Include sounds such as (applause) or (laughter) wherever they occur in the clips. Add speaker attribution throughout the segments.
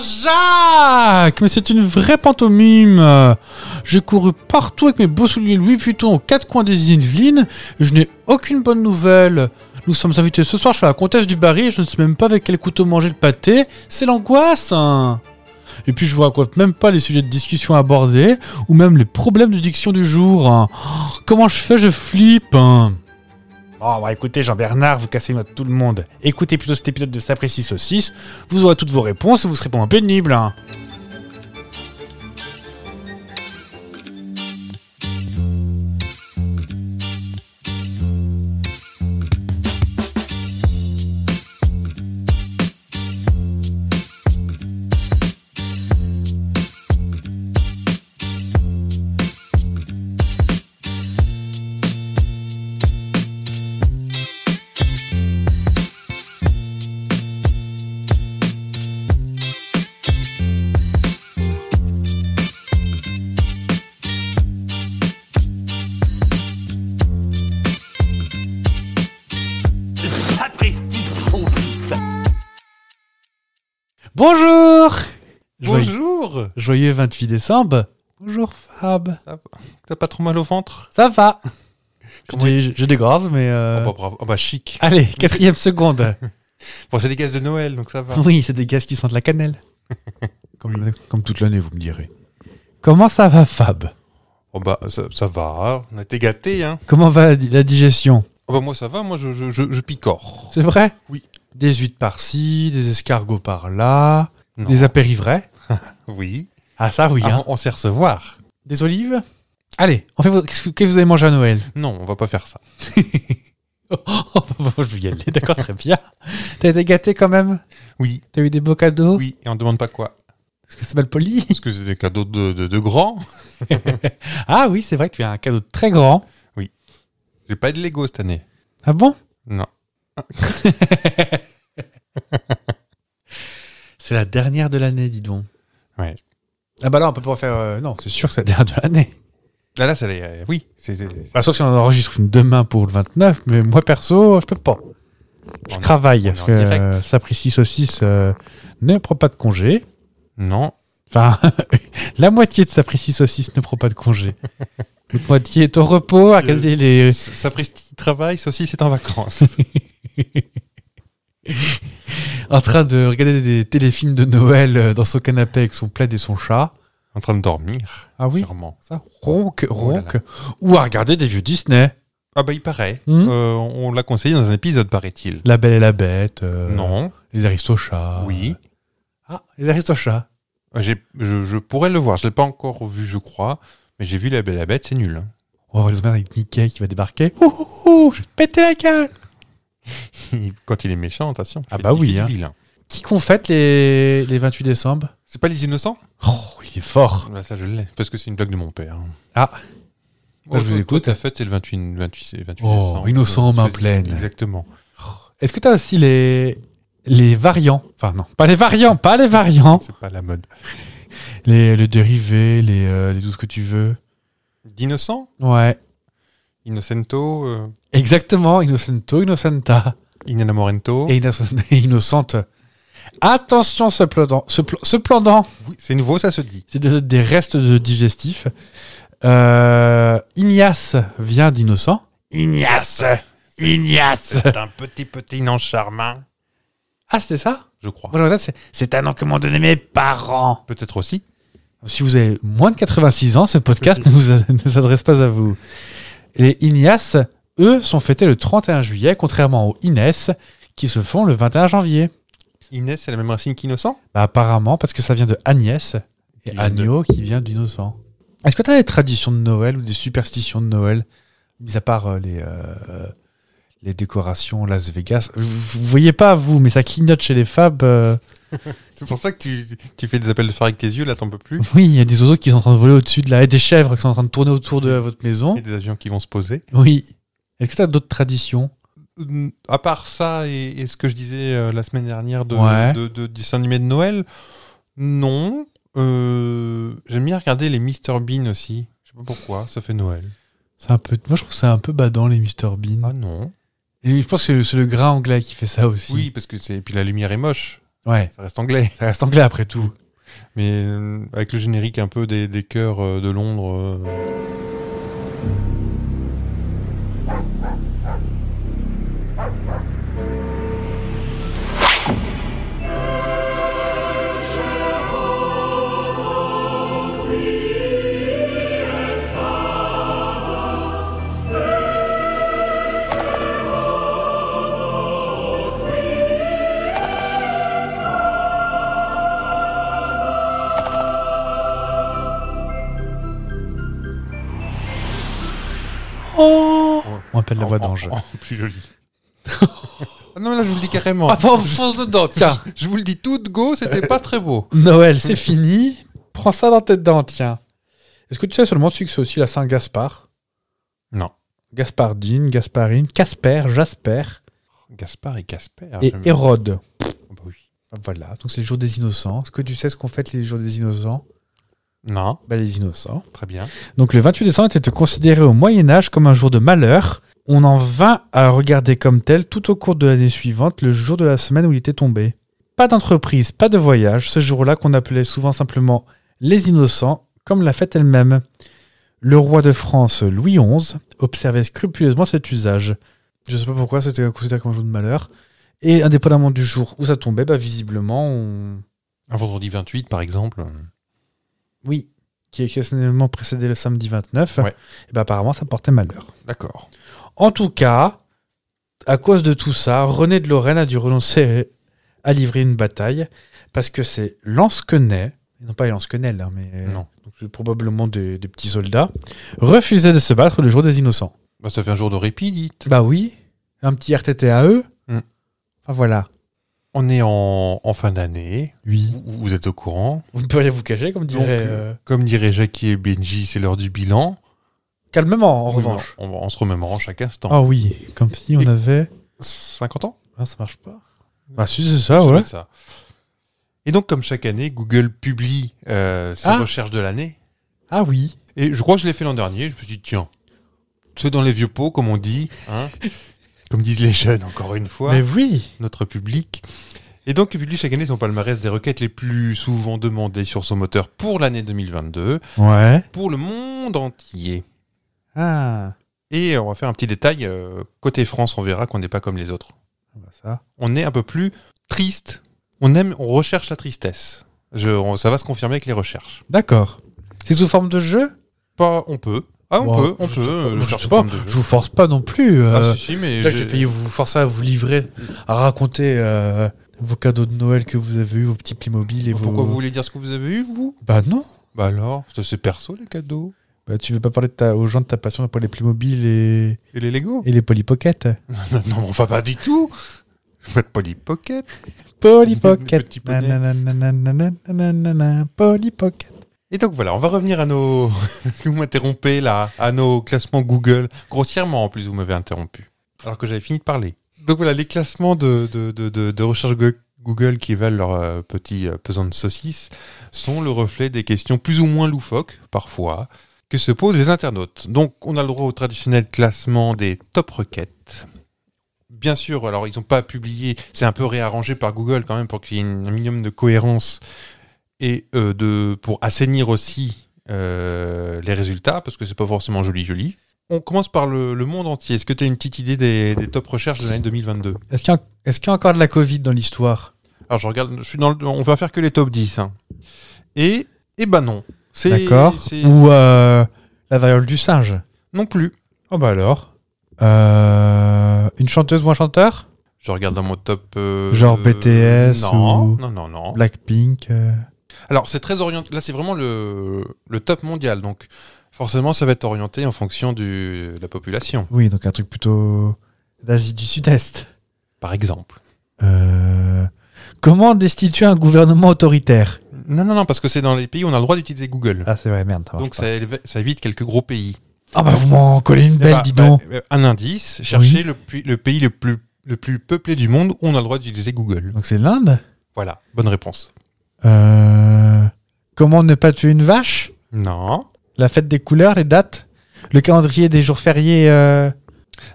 Speaker 1: Jean-Jacques Mais c'est une vraie pantomime J'ai couru partout avec mes beaux souliers Louis Vuitton aux quatre coins des Yvelines et je n'ai aucune bonne nouvelle. Nous sommes invités ce soir chez la comtesse du Barry et je ne sais même pas avec quel couteau manger le pâté. C'est l'angoisse hein. Et puis je vous raconte même pas les sujets de discussion abordés ou même les problèmes de diction du jour. hein. Oh, comment je fais Je flippe hein. Oh, bah écoutez, Jean-Bernard, vous cassez les noix de tout le monde. Écoutez plutôt cet épisode de Saprécis Saucisse, vous aurez toutes vos réponses et vous serez pas moins pénible. hein.
Speaker 2: Sapristi saucisse.
Speaker 1: Bonjour Joyeux-
Speaker 3: Bonjour
Speaker 1: Joyeux 28 décembre. Bonjour Fab.
Speaker 3: Ça va T'as pas trop mal au ventre
Speaker 1: Ça va
Speaker 3: Comment
Speaker 1: J'ai- Je, dégorge, mais... euh,
Speaker 3: oh, bah, bravo. Oh, bah, chic.
Speaker 1: Allez, quatrième seconde.
Speaker 3: Bon, c'est les gaz de Noël, donc ça va.
Speaker 1: Oui, c'est des gaz qui sentent la cannelle. comme, comme toute l'année, vous me direz. Comment ça va Fab
Speaker 3: Oh, bah, ça, ça va. On a été gâtés, hein.
Speaker 1: Comment va la di- la digestion
Speaker 3: Oh, bah, moi, ça va. Moi, je, je, je, je picore.
Speaker 1: C'est vrai
Speaker 3: Oui.
Speaker 1: Des huîtres par-ci, des escargots par-là,
Speaker 3: Non.
Speaker 1: des apérivrés.
Speaker 3: Oui.
Speaker 1: Ah ça oui,
Speaker 3: Ah,
Speaker 1: hein.
Speaker 3: on on sait recevoir.
Speaker 1: Des olives Allez, on fait vos- qu'est-ce que qu'est-ce que vous avez mangé à Noël
Speaker 3: Non, on va pas faire ça.
Speaker 1: (laughs) Oh, Je vais y aller, d'accord, très bien. T'as été gâté quand même
Speaker 3: Oui,
Speaker 1: T'as eu des beaux cadeaux
Speaker 3: oui. Et on demande pas quoi.
Speaker 1: Est-ce que c'est mal poli
Speaker 3: Parce que c'est des cadeaux de, de, de grands.
Speaker 1: (laughs) Ah oui, c'est vrai que tu as un cadeau très grand.
Speaker 3: J'ai pas eu de Lego cette année.
Speaker 1: Ah bon (laughs)
Speaker 3: Non.
Speaker 1: C'est la dernière de l'année, dis donc.
Speaker 3: Ouais.
Speaker 1: Ah bah là, on peut pas en faire... euh, non, c'est sûr que c'est la dernière de l'année.
Speaker 3: Là, là, ça les- euh, Oui. c'est c'est-
Speaker 1: Bah, sauf si on en enregistre une demain pour le 29, mais moi perso, je peux pas. Je
Speaker 3: On est-
Speaker 1: travaille,
Speaker 3: on est
Speaker 1: parce
Speaker 3: en
Speaker 1: que
Speaker 3: direct.
Speaker 1: euh, Sapristi Saucisse euh, ne prend pas de congé.
Speaker 3: Non.
Speaker 1: Enfin, (laughs) la moitié de Sapristi Saucisse ne prend pas de
Speaker 3: (laughs)
Speaker 1: congé. L'autre moitié est au repos, à
Speaker 3: Euh.
Speaker 1: regarder les...
Speaker 3: Sapristi travaille, ça aussi, c'est en vacances.
Speaker 1: en train de regarder des téléfilms de Noël euh, dans son canapé avec son plaid et son chat.
Speaker 3: en train de dormir.
Speaker 1: Ah oui
Speaker 3: Sûrement.
Speaker 1: Ça ronque,
Speaker 3: Oh là
Speaker 1: ronque. Ou à regarder des vieux Disney.
Speaker 3: Ah, bah, il paraît.
Speaker 1: Hmm.
Speaker 3: Euh, on on l'a conseillé dans un épisode, paraît-il.
Speaker 1: La Belle et la Bête. euh,
Speaker 3: Non.
Speaker 1: Les Aristochats.
Speaker 3: Oui.
Speaker 1: Ah, les Aristochats.
Speaker 3: J'ai- Je, je pourrais le voir. Je l'ai pas encore vu, je crois. Mais j'ai vu La Belle et la Bête, c'est nul. hein.
Speaker 1: On va voir les emmerdes avec Mickey qui va débarquer. Ouh, ouh, ouh, je vais te péter la gueule.
Speaker 3: (laughs) Quand il est méchant, attention.
Speaker 1: Ah
Speaker 3: il-
Speaker 1: bah
Speaker 3: il
Speaker 1: oui,
Speaker 3: fait du
Speaker 1: hein.
Speaker 3: vilain.
Speaker 1: Qui qu'on fête les, les 28 décembre
Speaker 3: C'est pas Les Innocents
Speaker 1: Oh, il est fort.
Speaker 3: Bah, Ça, je l'ai. Parce que c'est une blague de mon père.
Speaker 1: Ah.
Speaker 3: Bon,
Speaker 1: je vous
Speaker 3: toi,
Speaker 1: écoute.
Speaker 3: toi, Ta fête, c'est le 28, 28, c'est le 28
Speaker 1: Oh,
Speaker 3: décembre.
Speaker 1: innocent, main
Speaker 3: C'est-
Speaker 1: pleine.
Speaker 3: Exactement.
Speaker 1: Est-ce que t'as aussi les, les variants Enfin, non, pas les variants, pas les variants.
Speaker 3: C'est pas la mode.
Speaker 1: Les, les dérivés, les, euh, les tout ce que tu veux.
Speaker 3: D'innocent
Speaker 1: Ouais.
Speaker 3: Innocento euh,
Speaker 1: Exactement, Innocento, Innocenta
Speaker 3: Inalamorento
Speaker 1: et Innocent- et (laughs) Innocente. Attention, cependant, cepl- cependant
Speaker 3: Oui, C'est nouveau, ça
Speaker 1: (laughs)
Speaker 3: se dit.
Speaker 1: c'est des, des restes de digestifs. Euh, Ignace vient d'Innocent. Ignace Ignace
Speaker 3: C'est un petit petit non charmant,
Speaker 1: Ah, c'était ça
Speaker 3: je crois.
Speaker 1: Moi, j'avais ça, c'est- C'est un nom que m'ont donné mes parents.
Speaker 3: Peut-être aussi.
Speaker 1: Si vous avez moins de 86 ans, ce
Speaker 3: (laughs)
Speaker 1: podcast ne, vous a- ne s'adresse pas à vous. Les Ignace, eux, sont fêtés le 31 juillet, contrairement aux Inès, qui se font le 21 janvier.
Speaker 3: Inès, c'est la même racine qu'Innocent
Speaker 1: Bah, apparemment, parce que ça vient de Agnès et
Speaker 3: Qui vient de-
Speaker 1: Agneau qui vient d'innocent. Est-ce que tu as des traditions de Noël ou des superstitions de Noël, mis à part euh, les, euh, les décorations Las Vegas Vous, vous voyez pas, vous, mais ça clignote chez les fabs. euh.
Speaker 3: C'est pour ça que tu, tu fais des appels de phare avec tes yeux, là, t'en peux plus.
Speaker 1: Oui, il y a des oiseaux qui sont en train de voler au-dessus de la. et des chèvres qui sont en train de tourner autour de votre maison.
Speaker 3: Et des avions qui vont se poser.
Speaker 1: Oui. Est-ce que tu as d'autres traditions
Speaker 3: Hum, À part ça et, et ce que je disais euh, la semaine dernière de,
Speaker 1: Ouais.
Speaker 3: de, de dessin animé de Noël, non. Euh, J'aime bien regarder les Mr Bean aussi. Je sais pas pourquoi, ça fait Noël.
Speaker 1: C'est un peu. Moi, je trouve ça un peu badant, les Mr. Bean.
Speaker 3: Ah non.
Speaker 1: Et je pense que c'est le grain anglais qui fait ça aussi.
Speaker 3: Oui, parce que c'est. et puis la lumière est moche.
Speaker 1: Ouais.
Speaker 3: Ça reste anglais. (laughs)
Speaker 1: Ça reste anglais après tout.
Speaker 3: Mais euh, avec le générique un peu des, des chœurs euh, de Londres. euh,
Speaker 1: Oh On appelle la voix
Speaker 3: en- en-
Speaker 1: d'ange.
Speaker 3: en plus
Speaker 1: (laughs)
Speaker 3: joli. Ah non, là, je vous le dis carrément.
Speaker 1: Ah, bah, on fonce dedans, tiens.
Speaker 3: (laughs) Je vous le dis tout de go, c'était pas très beau.
Speaker 1: Noël,
Speaker 3: (laughs)
Speaker 1: c'est fini. Prends ça dans tes dents, tiens. Est-ce que tu sais seulement celui que c'est aussi la Saint-Gaspard
Speaker 3: Non.
Speaker 1: Gaspardine, Gasparine, Casper, Jasper
Speaker 3: Gaspard et Casper.
Speaker 1: et
Speaker 3: j'aime-
Speaker 1: Hérode.
Speaker 3: Ah bah oui.
Speaker 1: Voilà, donc c'est le jour des innocents. Est-ce que tu sais ce qu'on fête les jours des innocents
Speaker 3: Non,
Speaker 1: Bah, les innocents.
Speaker 3: très bien.
Speaker 1: Donc le 28 décembre était considéré au Moyen Âge comme un jour de malheur. On en vint à le regarder comme tel tout au cours de l'année suivante, le jour de la semaine où il était tombé. Pas d'entreprise, pas de voyage, ce jour-là qu'on appelait souvent simplement les innocents, comme la fête elle-même. Le roi de France Louis XI observait scrupuleusement cet usage. Je ne sais pas pourquoi c'était considéré comme un jour de malheur. Et indépendamment du jour où ça tombait, bah, visiblement, on,
Speaker 3: Un vendredi 28, par exemple.
Speaker 1: oui, qui exceptionnellement précédé le samedi 29,
Speaker 3: Ouais.
Speaker 1: et ben apparemment ça portait malheur.
Speaker 3: D'accord.
Speaker 1: En tout cas, à cause de tout ça, René de Lorraine a dû renoncer à livrer une bataille parce que c'est Lansquenet, non pas Lansquenel, hein, mais
Speaker 3: Non.
Speaker 1: donc c'est probablement des, des petits soldats, refusait de se battre le jour des innocents.
Speaker 3: Bah, ça fait un jour de répit, dites.
Speaker 1: Bah oui, Mm. un petit RTT à eux.
Speaker 3: Hmm.
Speaker 1: Enfin voilà.
Speaker 3: On est en, en fin d'année.
Speaker 1: Oui.
Speaker 3: Vous, vous êtes au courant.
Speaker 1: Vous ne pourriez vous cacher, comme
Speaker 3: Donc,
Speaker 1: dirait.
Speaker 3: euh,
Speaker 1: euh,
Speaker 3: comme dirait Jackie et Benji, c'est l'heure du bilan.
Speaker 1: Calmement, en revanche.
Speaker 3: On, on se remémorant chaque instant.
Speaker 1: Ah oui, comme si on
Speaker 3: Et-
Speaker 1: avait.
Speaker 3: 50 ans
Speaker 1: Ah, ça marche pas. Bah si, c'est ça,
Speaker 3: Ça doit
Speaker 1: ouais.
Speaker 3: être ça. Et donc, comme chaque année, Google publie euh, ses
Speaker 1: Ah.
Speaker 3: recherches de l'année.
Speaker 1: Ah oui.
Speaker 3: Et je crois que je l'ai fait l'an dernier. Je me suis dit, tiens, c'est dans les vieux pots, comme on dit. hein.
Speaker 1: (laughs)
Speaker 3: comme disent les jeunes, encore une fois.
Speaker 1: Mais oui.
Speaker 3: notre public. Et donc, il publie chaque année son palmarès des requêtes les plus souvent demandées sur son moteur pour l'année 2022,
Speaker 1: Ouais.
Speaker 3: pour le monde entier.
Speaker 1: Ah.
Speaker 3: Et on va faire un petit détail. euh, côté France, on verra qu'on n'est pas comme les autres.
Speaker 1: bah ça.
Speaker 3: On est un peu plus triste. On aime, on recherche la tristesse. Je, on- ça va se confirmer avec les recherches.
Speaker 1: D'accord. C'est sous forme de jeu
Speaker 3: Pas, on peut. Ah, on
Speaker 1: Bon,
Speaker 3: peut, on
Speaker 1: je
Speaker 3: peut. euh,
Speaker 1: Je
Speaker 3: faire
Speaker 1: sais
Speaker 3: sous
Speaker 1: pas.
Speaker 3: forme de jeu.
Speaker 1: Je vous force pas non plus. euh,
Speaker 3: Ah, si, si, mais
Speaker 1: putain,
Speaker 3: j'ai-
Speaker 1: J'ai failli vous forcer à vous livrer, à raconter euh, vos cadeaux de Noël que vous avez eu, vos petits Playmobil et vos.
Speaker 3: Pourquoi vous voulez dire ce que vous avez eu, vous
Speaker 1: Bah non.
Speaker 3: Bah alors, ça, c'est perso, les cadeaux.
Speaker 1: Bah, tu veux pas parler de ta- aux gens de ta passion pour les Playmobil et,
Speaker 3: Et les Lego
Speaker 1: et les Polly Pocket
Speaker 3: Non, non, enfin, pas du tout. Pas de Polly Pocket.
Speaker 1: Polly
Speaker 3: Les petits
Speaker 1: Pocket.
Speaker 3: poneys.
Speaker 1: Nananana, nananana, Polly Pocket.
Speaker 3: Et donc voilà, on va revenir à nos. (laughs) vous m'interrompez là, à nos classements Google. Grossièrement en plus, vous m'avez interrompu. Alors que j'avais fini de parler. Donc voilà, les classements de, de, de, de- de recherche Go- Google qui valent leur euh, petit euh, pesant de saucisse sont le reflet des questions plus ou moins loufoques, parfois, que se posent les internautes. Donc on a le droit au traditionnel classement des top requêtes. Bien sûr, alors ils n'ont pas publié, c'est un peu réarrangé par Google quand même pour qu'il y ait une- un minimum de cohérence et euh, de, pour assainir aussi euh, les résultats, parce que c'est pas forcément joli, joli. On commence par le, le monde entier. Est-ce que tu as une petite idée des, des top recherches de l'année 2022
Speaker 1: Est-ce qu'il y, a- est-ce qu'il y a encore de la Covid dans l'histoire
Speaker 3: Alors je regarde, je suis dans le- on va faire que les top 10. hein. Et, et ben non. C'est-
Speaker 1: D'accord.
Speaker 3: c'est-
Speaker 1: Ou euh, la variole du singe
Speaker 3: Non plus.
Speaker 1: Oh bah alors Euh, Une chanteuse ou un chanteur
Speaker 3: Je regarde dans mon top. euh,
Speaker 1: Genre
Speaker 3: euh,
Speaker 1: BTS
Speaker 3: Non,
Speaker 1: ou-
Speaker 3: non, non, non.
Speaker 1: Blackpink euh,
Speaker 3: Alors c'est très orienté. Là c'est vraiment le, le top mondial. Donc forcément ça va être orienté en fonction du, de la population,
Speaker 1: Oui, donc un truc plutôt d'Asie du Sud-Est.
Speaker 3: par exemple.
Speaker 1: Euh, Comment destituer un gouvernement autoritaire
Speaker 3: Non, non, non, parce que c'est dans les pays où on a le droit d'utiliser Google.
Speaker 1: Ah c'est vrai, merde. ça marche
Speaker 3: Donc
Speaker 1: pas.
Speaker 3: ça, éleve- ça évite quelques gros pays.
Speaker 1: Ah bah vous m'en collez une belle,
Speaker 3: Bah,
Speaker 1: dis
Speaker 3: bah,
Speaker 1: donc.
Speaker 3: euh, un indice, cherchez le, pu- le pays le plus, le plus peuplé du monde où on a le droit d'utiliser Google.
Speaker 1: Donc c'est l'Inde
Speaker 3: Voilà, bonne réponse.
Speaker 1: Euh, Comment ne pas tuer une vache
Speaker 3: Non.
Speaker 1: La fête des couleurs, les dates Le calendrier des jours fériés euh,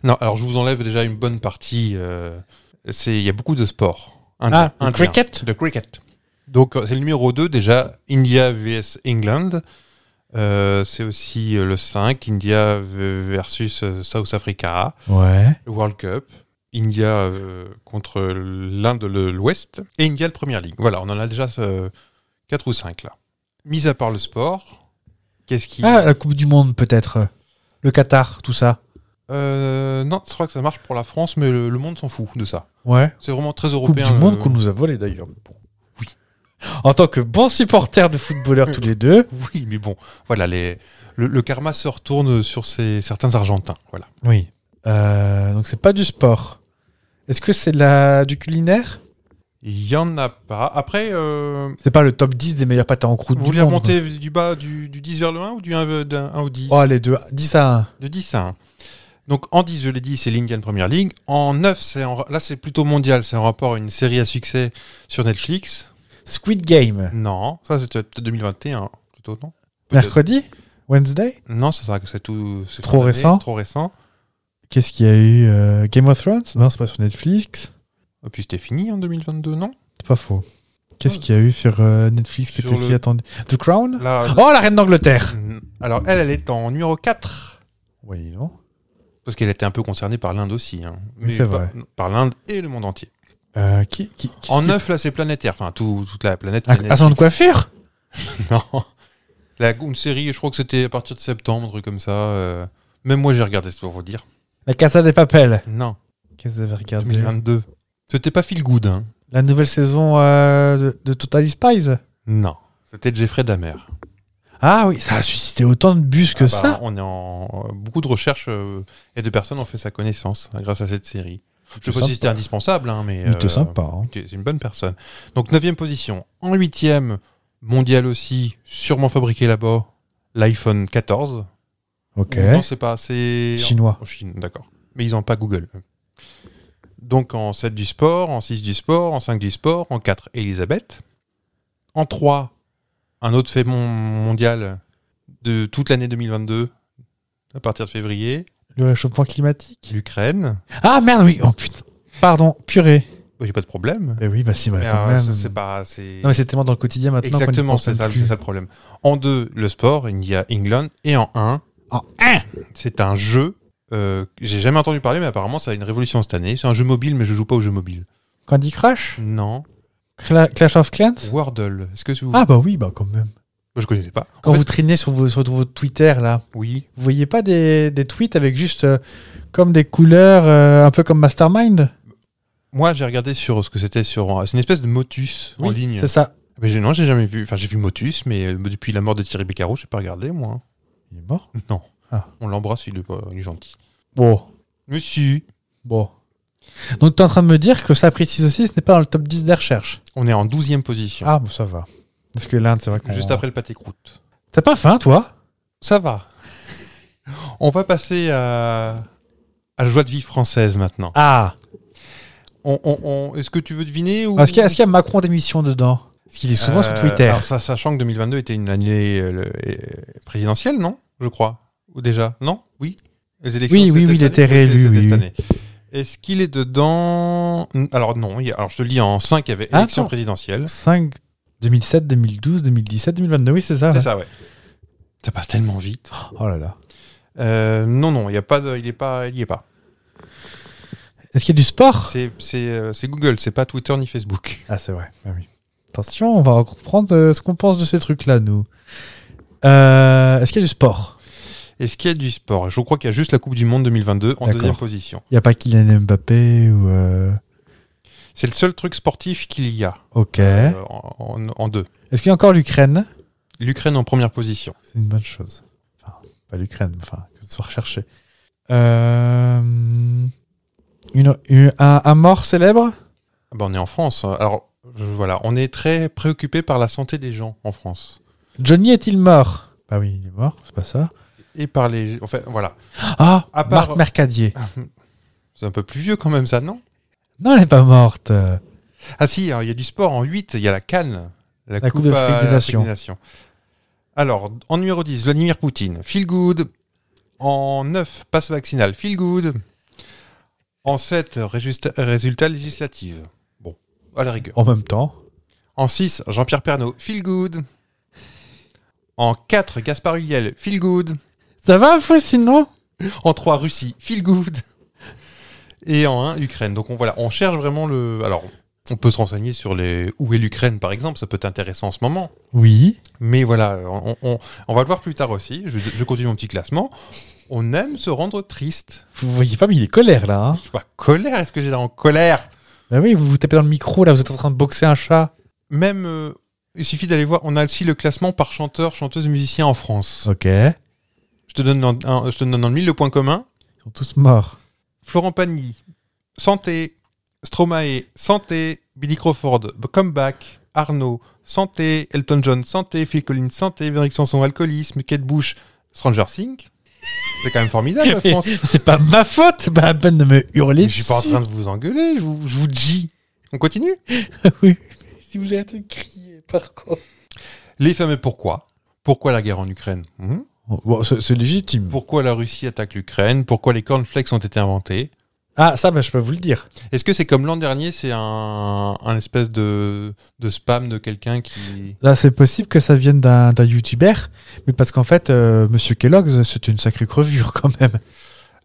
Speaker 3: Non, alors je vous enlève déjà une bonne partie. euh, c'est Il y a beaucoup de sports.
Speaker 1: Ah,
Speaker 3: Indien.
Speaker 1: le
Speaker 3: Indien.
Speaker 1: cricket
Speaker 3: Le cricket. Donc euh, c'est le numéro 2 déjà, India vs England. Euh, c'est aussi euh, le 5, India v- versus euh, South Africa,
Speaker 1: Ouais.
Speaker 3: le World Cup, India euh, contre l'Inde de l'Ouest et India le Premier League. Voilà, on en a déjà 4 ou 5 là. Mis à part le sport, qu'est-ce qui...
Speaker 1: Ah, la Coupe du Monde peut-être. Le Qatar, tout ça.
Speaker 3: Euh, non, je crois que ça marche pour la France, mais le, le monde s'en fout de ça.
Speaker 1: Ouais.
Speaker 3: C'est vraiment très
Speaker 1: Coupe
Speaker 3: européen.
Speaker 1: du Monde
Speaker 3: euh,
Speaker 1: qu'on nous a volé d'ailleurs. mais bon. Oui. En tant que bons supporters de footballeurs tous les deux.
Speaker 3: (laughs) Oui, mais bon, voilà, les, le, le karma se retourne sur ces, certains Argentins. Voilà.
Speaker 1: Oui. Euh, donc c'est pas du sport. Est-ce que c'est de la... du culinaire
Speaker 3: Il y en a pas. Après, euh,
Speaker 1: C'est pas le top 10 des meilleurs pâtes en croûte du
Speaker 3: vous voulez
Speaker 1: monde,
Speaker 3: remonter du bas du, du 10 vers le 1 ou du 1, ve- d'un- un au 10
Speaker 1: quoi. Oh, les deux. 10 à 1.
Speaker 3: De 10 à 1. Donc en 10, je l'ai dit, c'est l'Indian Premier League. En 9, c'est en- là c'est plutôt mondial, c'est en rapport à une série à succès sur Netflix.
Speaker 1: Squid Game.
Speaker 3: Non, ça c'était peut-être 2021, plutôt non Peut-être.
Speaker 1: Mercredi Wednesday
Speaker 3: Non, ça sera que c'est tout. c'est
Speaker 1: Trop
Speaker 3: fin d'année,
Speaker 1: récent
Speaker 3: Trop récent.
Speaker 1: Qu'est-ce qu'il y a eu euh, Game of Thrones Non, c'est pas sur Netflix.
Speaker 3: Et puis c'était fini en 2022, non
Speaker 1: C'est pas faux. Qu'est-ce qu'il y a eu sur euh, Netflix qui
Speaker 3: Sur
Speaker 1: était si
Speaker 3: le-
Speaker 1: attendu The Crown
Speaker 3: Là,
Speaker 1: Oh, la reine d'Angleterre
Speaker 3: Alors, elle, elle est en numéro 4.
Speaker 1: Oui, non.
Speaker 3: Parce qu'elle était un peu concernée par l'Inde aussi. hein.
Speaker 1: Oui, c'est
Speaker 3: par,
Speaker 1: vrai.
Speaker 3: par l'Inde et le monde entier.
Speaker 1: Euh, qui, qui, qui-
Speaker 3: en
Speaker 1: qui-
Speaker 3: 9, là, c'est planétaire. Enfin, tout- toute la planète.
Speaker 1: Un,
Speaker 3: planète.
Speaker 1: un salon de coiffure
Speaker 3: (laughs) Non. La, une série, je crois que c'était à partir de septembre, un truc comme ça. euh. Même moi, j'ai regardé, c'est pour vous dire.
Speaker 1: La Casa des Papels.
Speaker 3: Non,
Speaker 1: Qu'est-ce que vous avez regardé
Speaker 3: 2022. C'était pas Phil Good, hein.
Speaker 1: La nouvelle saison euh, de, de Total Spies
Speaker 3: Non. C'était Jeffrey Dahmer.
Speaker 1: Ah oui, ça a suscité autant de bus que
Speaker 3: Ah bah,
Speaker 1: ça.
Speaker 3: On est en. Beaucoup de recherches euh, et de personnes ont fait sa connaissance hein, grâce à cette série. Je sais pas si c'était indispensable, hein, mais.
Speaker 1: Plutôt
Speaker 3: euh,
Speaker 1: sympa. hein.
Speaker 3: Tu es une bonne personne. Donc, 9 position. En 8 mondial aussi, sûrement fabriqué là-bas, l'iPhone 14.
Speaker 1: Ok.
Speaker 3: Non, c'est pas assez.
Speaker 1: Chinois.
Speaker 3: En Chine, d'accord. Mais ils n'ont pas Google. Donc, en 7 du sport, en 6 du sport, en 5 du sport, en 4, Elisabeth. En 3, un autre fait mon- mondial de toute l'année 2022, à partir de février,
Speaker 1: Le réchauffement climatique.
Speaker 3: l'Ukraine.
Speaker 1: Ah merde, oui. Oh putain. Pardon, purée.
Speaker 3: Oh, J'ai pas de problème.
Speaker 1: Eh oui, bah si, bah,
Speaker 3: Mais,
Speaker 1: quand
Speaker 3: euh,
Speaker 1: même.
Speaker 3: ça, c'est pas assez.
Speaker 1: Non, mais c'est tellement dans le quotidien maintenant. qu'on y
Speaker 3: Exactement,
Speaker 1: pense
Speaker 3: c'est
Speaker 1: même
Speaker 3: ça,
Speaker 1: plus.
Speaker 3: c'est ça le problème. En deux, le sport, il y a England. Et en un,
Speaker 1: En un
Speaker 3: c'est un jeu. euh, que J'ai jamais entendu parler, mais apparemment, ça a une révolution cette année. C'est un jeu mobile, mais je joue pas aux jeux mobiles.
Speaker 1: Candy Crush
Speaker 3: Non.
Speaker 1: Cla- Clash of Clans
Speaker 3: Wordle. Est-ce que vous.
Speaker 1: Ah bah oui, bah quand même.
Speaker 3: Moi, je connaissais pas. En
Speaker 1: Quand
Speaker 3: fait,
Speaker 1: vous traînez sur, vos, sur votre Twitter, là,
Speaker 3: Oui.
Speaker 1: vous voyez pas des, des tweets avec juste euh, comme des couleurs, euh, un peu comme Mastermind
Speaker 3: Moi, j'ai regardé sur ce que c'était sur. euh, C'est une espèce de Motus en
Speaker 1: Oui,
Speaker 3: ligne.
Speaker 1: C'est ça.
Speaker 3: Mais j'ai- non, j'ai jamais vu. Enfin, j'ai vu Motus, mais euh, depuis la mort de Thierry Beccaro, j'ai pas regardé, moi.
Speaker 1: Il est mort
Speaker 3: Non.
Speaker 1: Ah.
Speaker 3: On l'embrasse, il est, pas- il est gentil.
Speaker 1: Bon,
Speaker 3: Monsieur.
Speaker 1: bon. Donc tu es en train de me dire que ça précise aussi, ce n'est pas dans le top 10 des recherches.
Speaker 3: On est en 12 position.
Speaker 1: Ah, bon, ça va. Parce que l'Inde, c'est vrai qu'on...
Speaker 3: Juste après le pâté croûte.
Speaker 1: T'as pas faim, toi
Speaker 3: Ça va. On va passer à, à la joie de vie française maintenant.
Speaker 1: Ah
Speaker 3: On- on- on- Est-ce que tu veux deviner ou...
Speaker 1: Est-ce Ah, qu'il y, a- est-ce qu'il y a Macron d'émission dedans Parce qu'il est souvent sur
Speaker 3: Euh,
Speaker 1: Twitter.
Speaker 3: alors ça, sachant que 2022 était une année euh, le- euh, présidentielle, non Je crois. Ou déjà Non Oui Les élections,
Speaker 1: Oui,
Speaker 3: c'était
Speaker 1: oui, oui, il
Speaker 3: cette
Speaker 1: était
Speaker 3: année
Speaker 1: réélu,
Speaker 3: C'était
Speaker 1: oui,
Speaker 3: cette
Speaker 1: oui.
Speaker 3: année. Est-ce qu'il est dedans Alors non. il y a- Alors je te le dis en 5, il y avait
Speaker 1: Ah,
Speaker 3: élection
Speaker 1: attends.
Speaker 3: présidentielle.
Speaker 1: 5, 2007, 2012, 2017, 2022, oui, c'est ça. Ah,
Speaker 3: C'est
Speaker 1: ouais.
Speaker 3: ça, ouais. Ça passe tellement vite.
Speaker 1: Oh là là.
Speaker 3: Euh, non, non, il n'y a pas de, il est pas, il y est pas.
Speaker 1: Est-ce qu'il y a du sport
Speaker 3: C'est, c'est, euh, c'est Google, c'est pas Twitter ni Facebook.
Speaker 1: Ah, c'est vrai. Ah oui. Attention, on va comprendre euh, ce qu'on pense de ces trucs-là, nous. Euh, Est-ce qu'il y a du sport
Speaker 3: Est-ce qu'il y a du sport Je crois qu'il y a juste la Coupe du Monde 2022 en
Speaker 1: D'accord.
Speaker 3: deuxième position.
Speaker 1: Il n'y a pas Kylian Mbappé ou. euh,
Speaker 3: C'est le seul truc sportif qu'il y a
Speaker 1: Ok.
Speaker 3: euh, en, en- en deux.
Speaker 1: Est-ce qu'il y a encore l'Ukraine
Speaker 3: L'Ukraine en première position.
Speaker 1: C'est une bonne chose. Enfin, pas l'Ukraine, mais enfin, que ce soit recherché. Euh, une- une- un, un mort célèbre
Speaker 3: Ah ben, on est en France. Alors je- voilà, on est très préoccupé par la santé des gens en France
Speaker 1: Johnny est-il mort Bah oui, il est mort, c'est pas ça.
Speaker 3: et par les. Enfin voilà,
Speaker 1: Ah
Speaker 3: À part-
Speaker 1: Marthe Mercadier.
Speaker 3: c'est un peu plus vieux quand même ça, non
Speaker 1: Non, elle n'est pas morte. euh,
Speaker 3: Ah si, alors, il y a du sport en 8, Il y a la Cannes, la,
Speaker 1: Coupe d'Afrique
Speaker 3: à-
Speaker 1: des
Speaker 3: d'Afrique
Speaker 1: Nations.
Speaker 3: Alors en numéro 10, Vladimir Poutine. Feel good. En 9, passe vaccinal. Feel good. En 7, résultat, résultat législative. à la rigueur.
Speaker 1: En même temps.
Speaker 3: En 6, Jean-Pierre Pernaud, Feel Good. En 4, Gaspard Huliel, Feel Good.
Speaker 1: Ça va, sinon
Speaker 3: En 3, Russie, Feel Good. Et en 1, Ukraine. Donc on, voilà, on cherche vraiment le. Alors, on peut se renseigner sur les où est l'Ukraine, par exemple, ça peut être intéressant en ce moment.
Speaker 1: Oui.
Speaker 3: Mais voilà, on, on- on va le voir plus tard aussi. Je, je continue mon petit classement. On aime se rendre triste.
Speaker 1: Vous voyez pas, mais il est colère là. Hein
Speaker 3: Je suis pas colère, est-ce que j'ai l'air en colère
Speaker 1: bah oui, vous vous tapez dans le micro là, vous êtes en train de boxer un chat.
Speaker 3: Même, euh, il suffit d'aller voir, on a aussi le classement par chanteur, chanteuse, musicien en France.
Speaker 1: Ok. Ils
Speaker 3: Je te donne dans, un- je te donne dans le mille le point commun.
Speaker 1: sont tous (laughs) morts.
Speaker 3: Florent Pagny, santé. Stromae, santé. Billy Crawford, b- comeback. Arnaud, santé. Elton John, santé. Phil Collins, santé. Véronique Sanson, alcoolisme. Kate Bush, Stranger Things. C'est quand
Speaker 1: (laughs)
Speaker 3: même formidable, la France.
Speaker 1: C'est pas ma faute, bah à peine de me hurler.
Speaker 3: Je suis pas en train de vous engueuler, je vous, je vous dis. On continue
Speaker 1: oui. Si vous arrêtez de crier, par contre.
Speaker 3: Les fameux pourquoi. Pourquoi la guerre en Ukraine Mhm.
Speaker 1: c'est c'est légitime.
Speaker 3: Pourquoi la Russie attaque l'Ukraine Pourquoi les cornflakes ont été inventés
Speaker 1: Ah, ça, bah, je peux vous le dire.
Speaker 3: Est-ce que c'est comme l'an dernier, c'est un, un espèce de, de spam de quelqu'un qui...
Speaker 1: Là, c'est possible que ça vienne d'un d'un YouTuber, mais parce qu'en fait, euh, Monsieur Kellogg's, c'est une sacrée crevure quand même.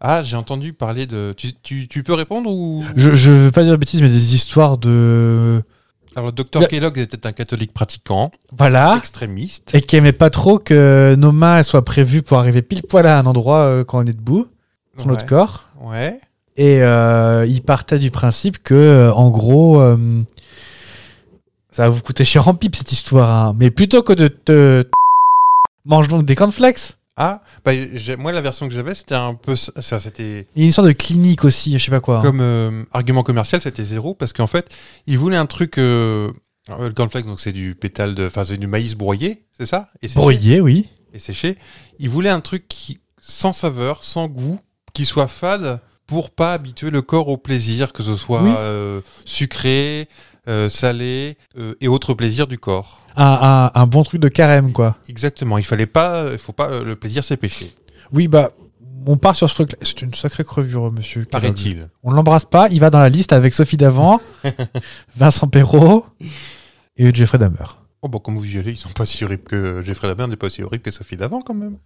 Speaker 3: Ah, j'ai entendu parler de... Tu, tu- tu peux répondre ou...
Speaker 1: Je, je veux pas dire de bêtises, mais des histoires de.
Speaker 3: Alors, le docteur
Speaker 1: Le-
Speaker 3: Kellogg était un catholique pratiquant,
Speaker 1: Voilà.
Speaker 3: extrémiste.
Speaker 1: Et qui aimait pas trop que nos mains elles soient prévues pour arriver pile poil à un endroit euh, quand on est debout, sur
Speaker 3: ouais.
Speaker 1: notre corps.
Speaker 3: ouais.
Speaker 1: Et euh, il partait du principe que, euh, en gros, euh, ça va vous coûter cher en pipe cette histoire. hein. Mais plutôt que de te. Mange donc des cornflakes.
Speaker 3: Ah, bah, j'ai- moi, la version que j'avais, c'était un peu... ça- Ça, c'était...
Speaker 1: Il y a une histoire de clinique aussi, je sais pas quoi. hein.
Speaker 3: Comme euh, argument commercial, c'était zéro parce qu'en fait, ils voulaient un truc. euh, euh, le cornflakes, donc c'est du pétale de, enfin c'est du maïs broyé, c'est ça Et séché.
Speaker 1: Brouillé, oui.
Speaker 3: Et séché. Ils voulaient un truc qui sans saveur, sans goût, qui soit fade pour pas habituer le corps au plaisir, que ce soit
Speaker 1: Oui.
Speaker 3: euh, sucré, euh, salé euh, et autres plaisirs du corps.
Speaker 1: Un, un- un bon truc de carême, quoi.
Speaker 3: Exactement. Il fallait pas, il faut pas euh, le plaisir c'est péché,
Speaker 1: Oui, bah, on part sur ce truc C'est une sacrée crevure, monsieur. Kellogg.
Speaker 3: paraît-il.
Speaker 1: On ne l'embrasse pas, il va dans la liste avec Sophie (laughs) Davant, Vincent Perrault et Jeffrey Dahmer.
Speaker 3: Oh bah comme vous y allez, ils sont pas si horribles que Jeffrey Dahmer n'est pas si horrible que Sophie d'avant
Speaker 1: (laughs)
Speaker 3: quand même.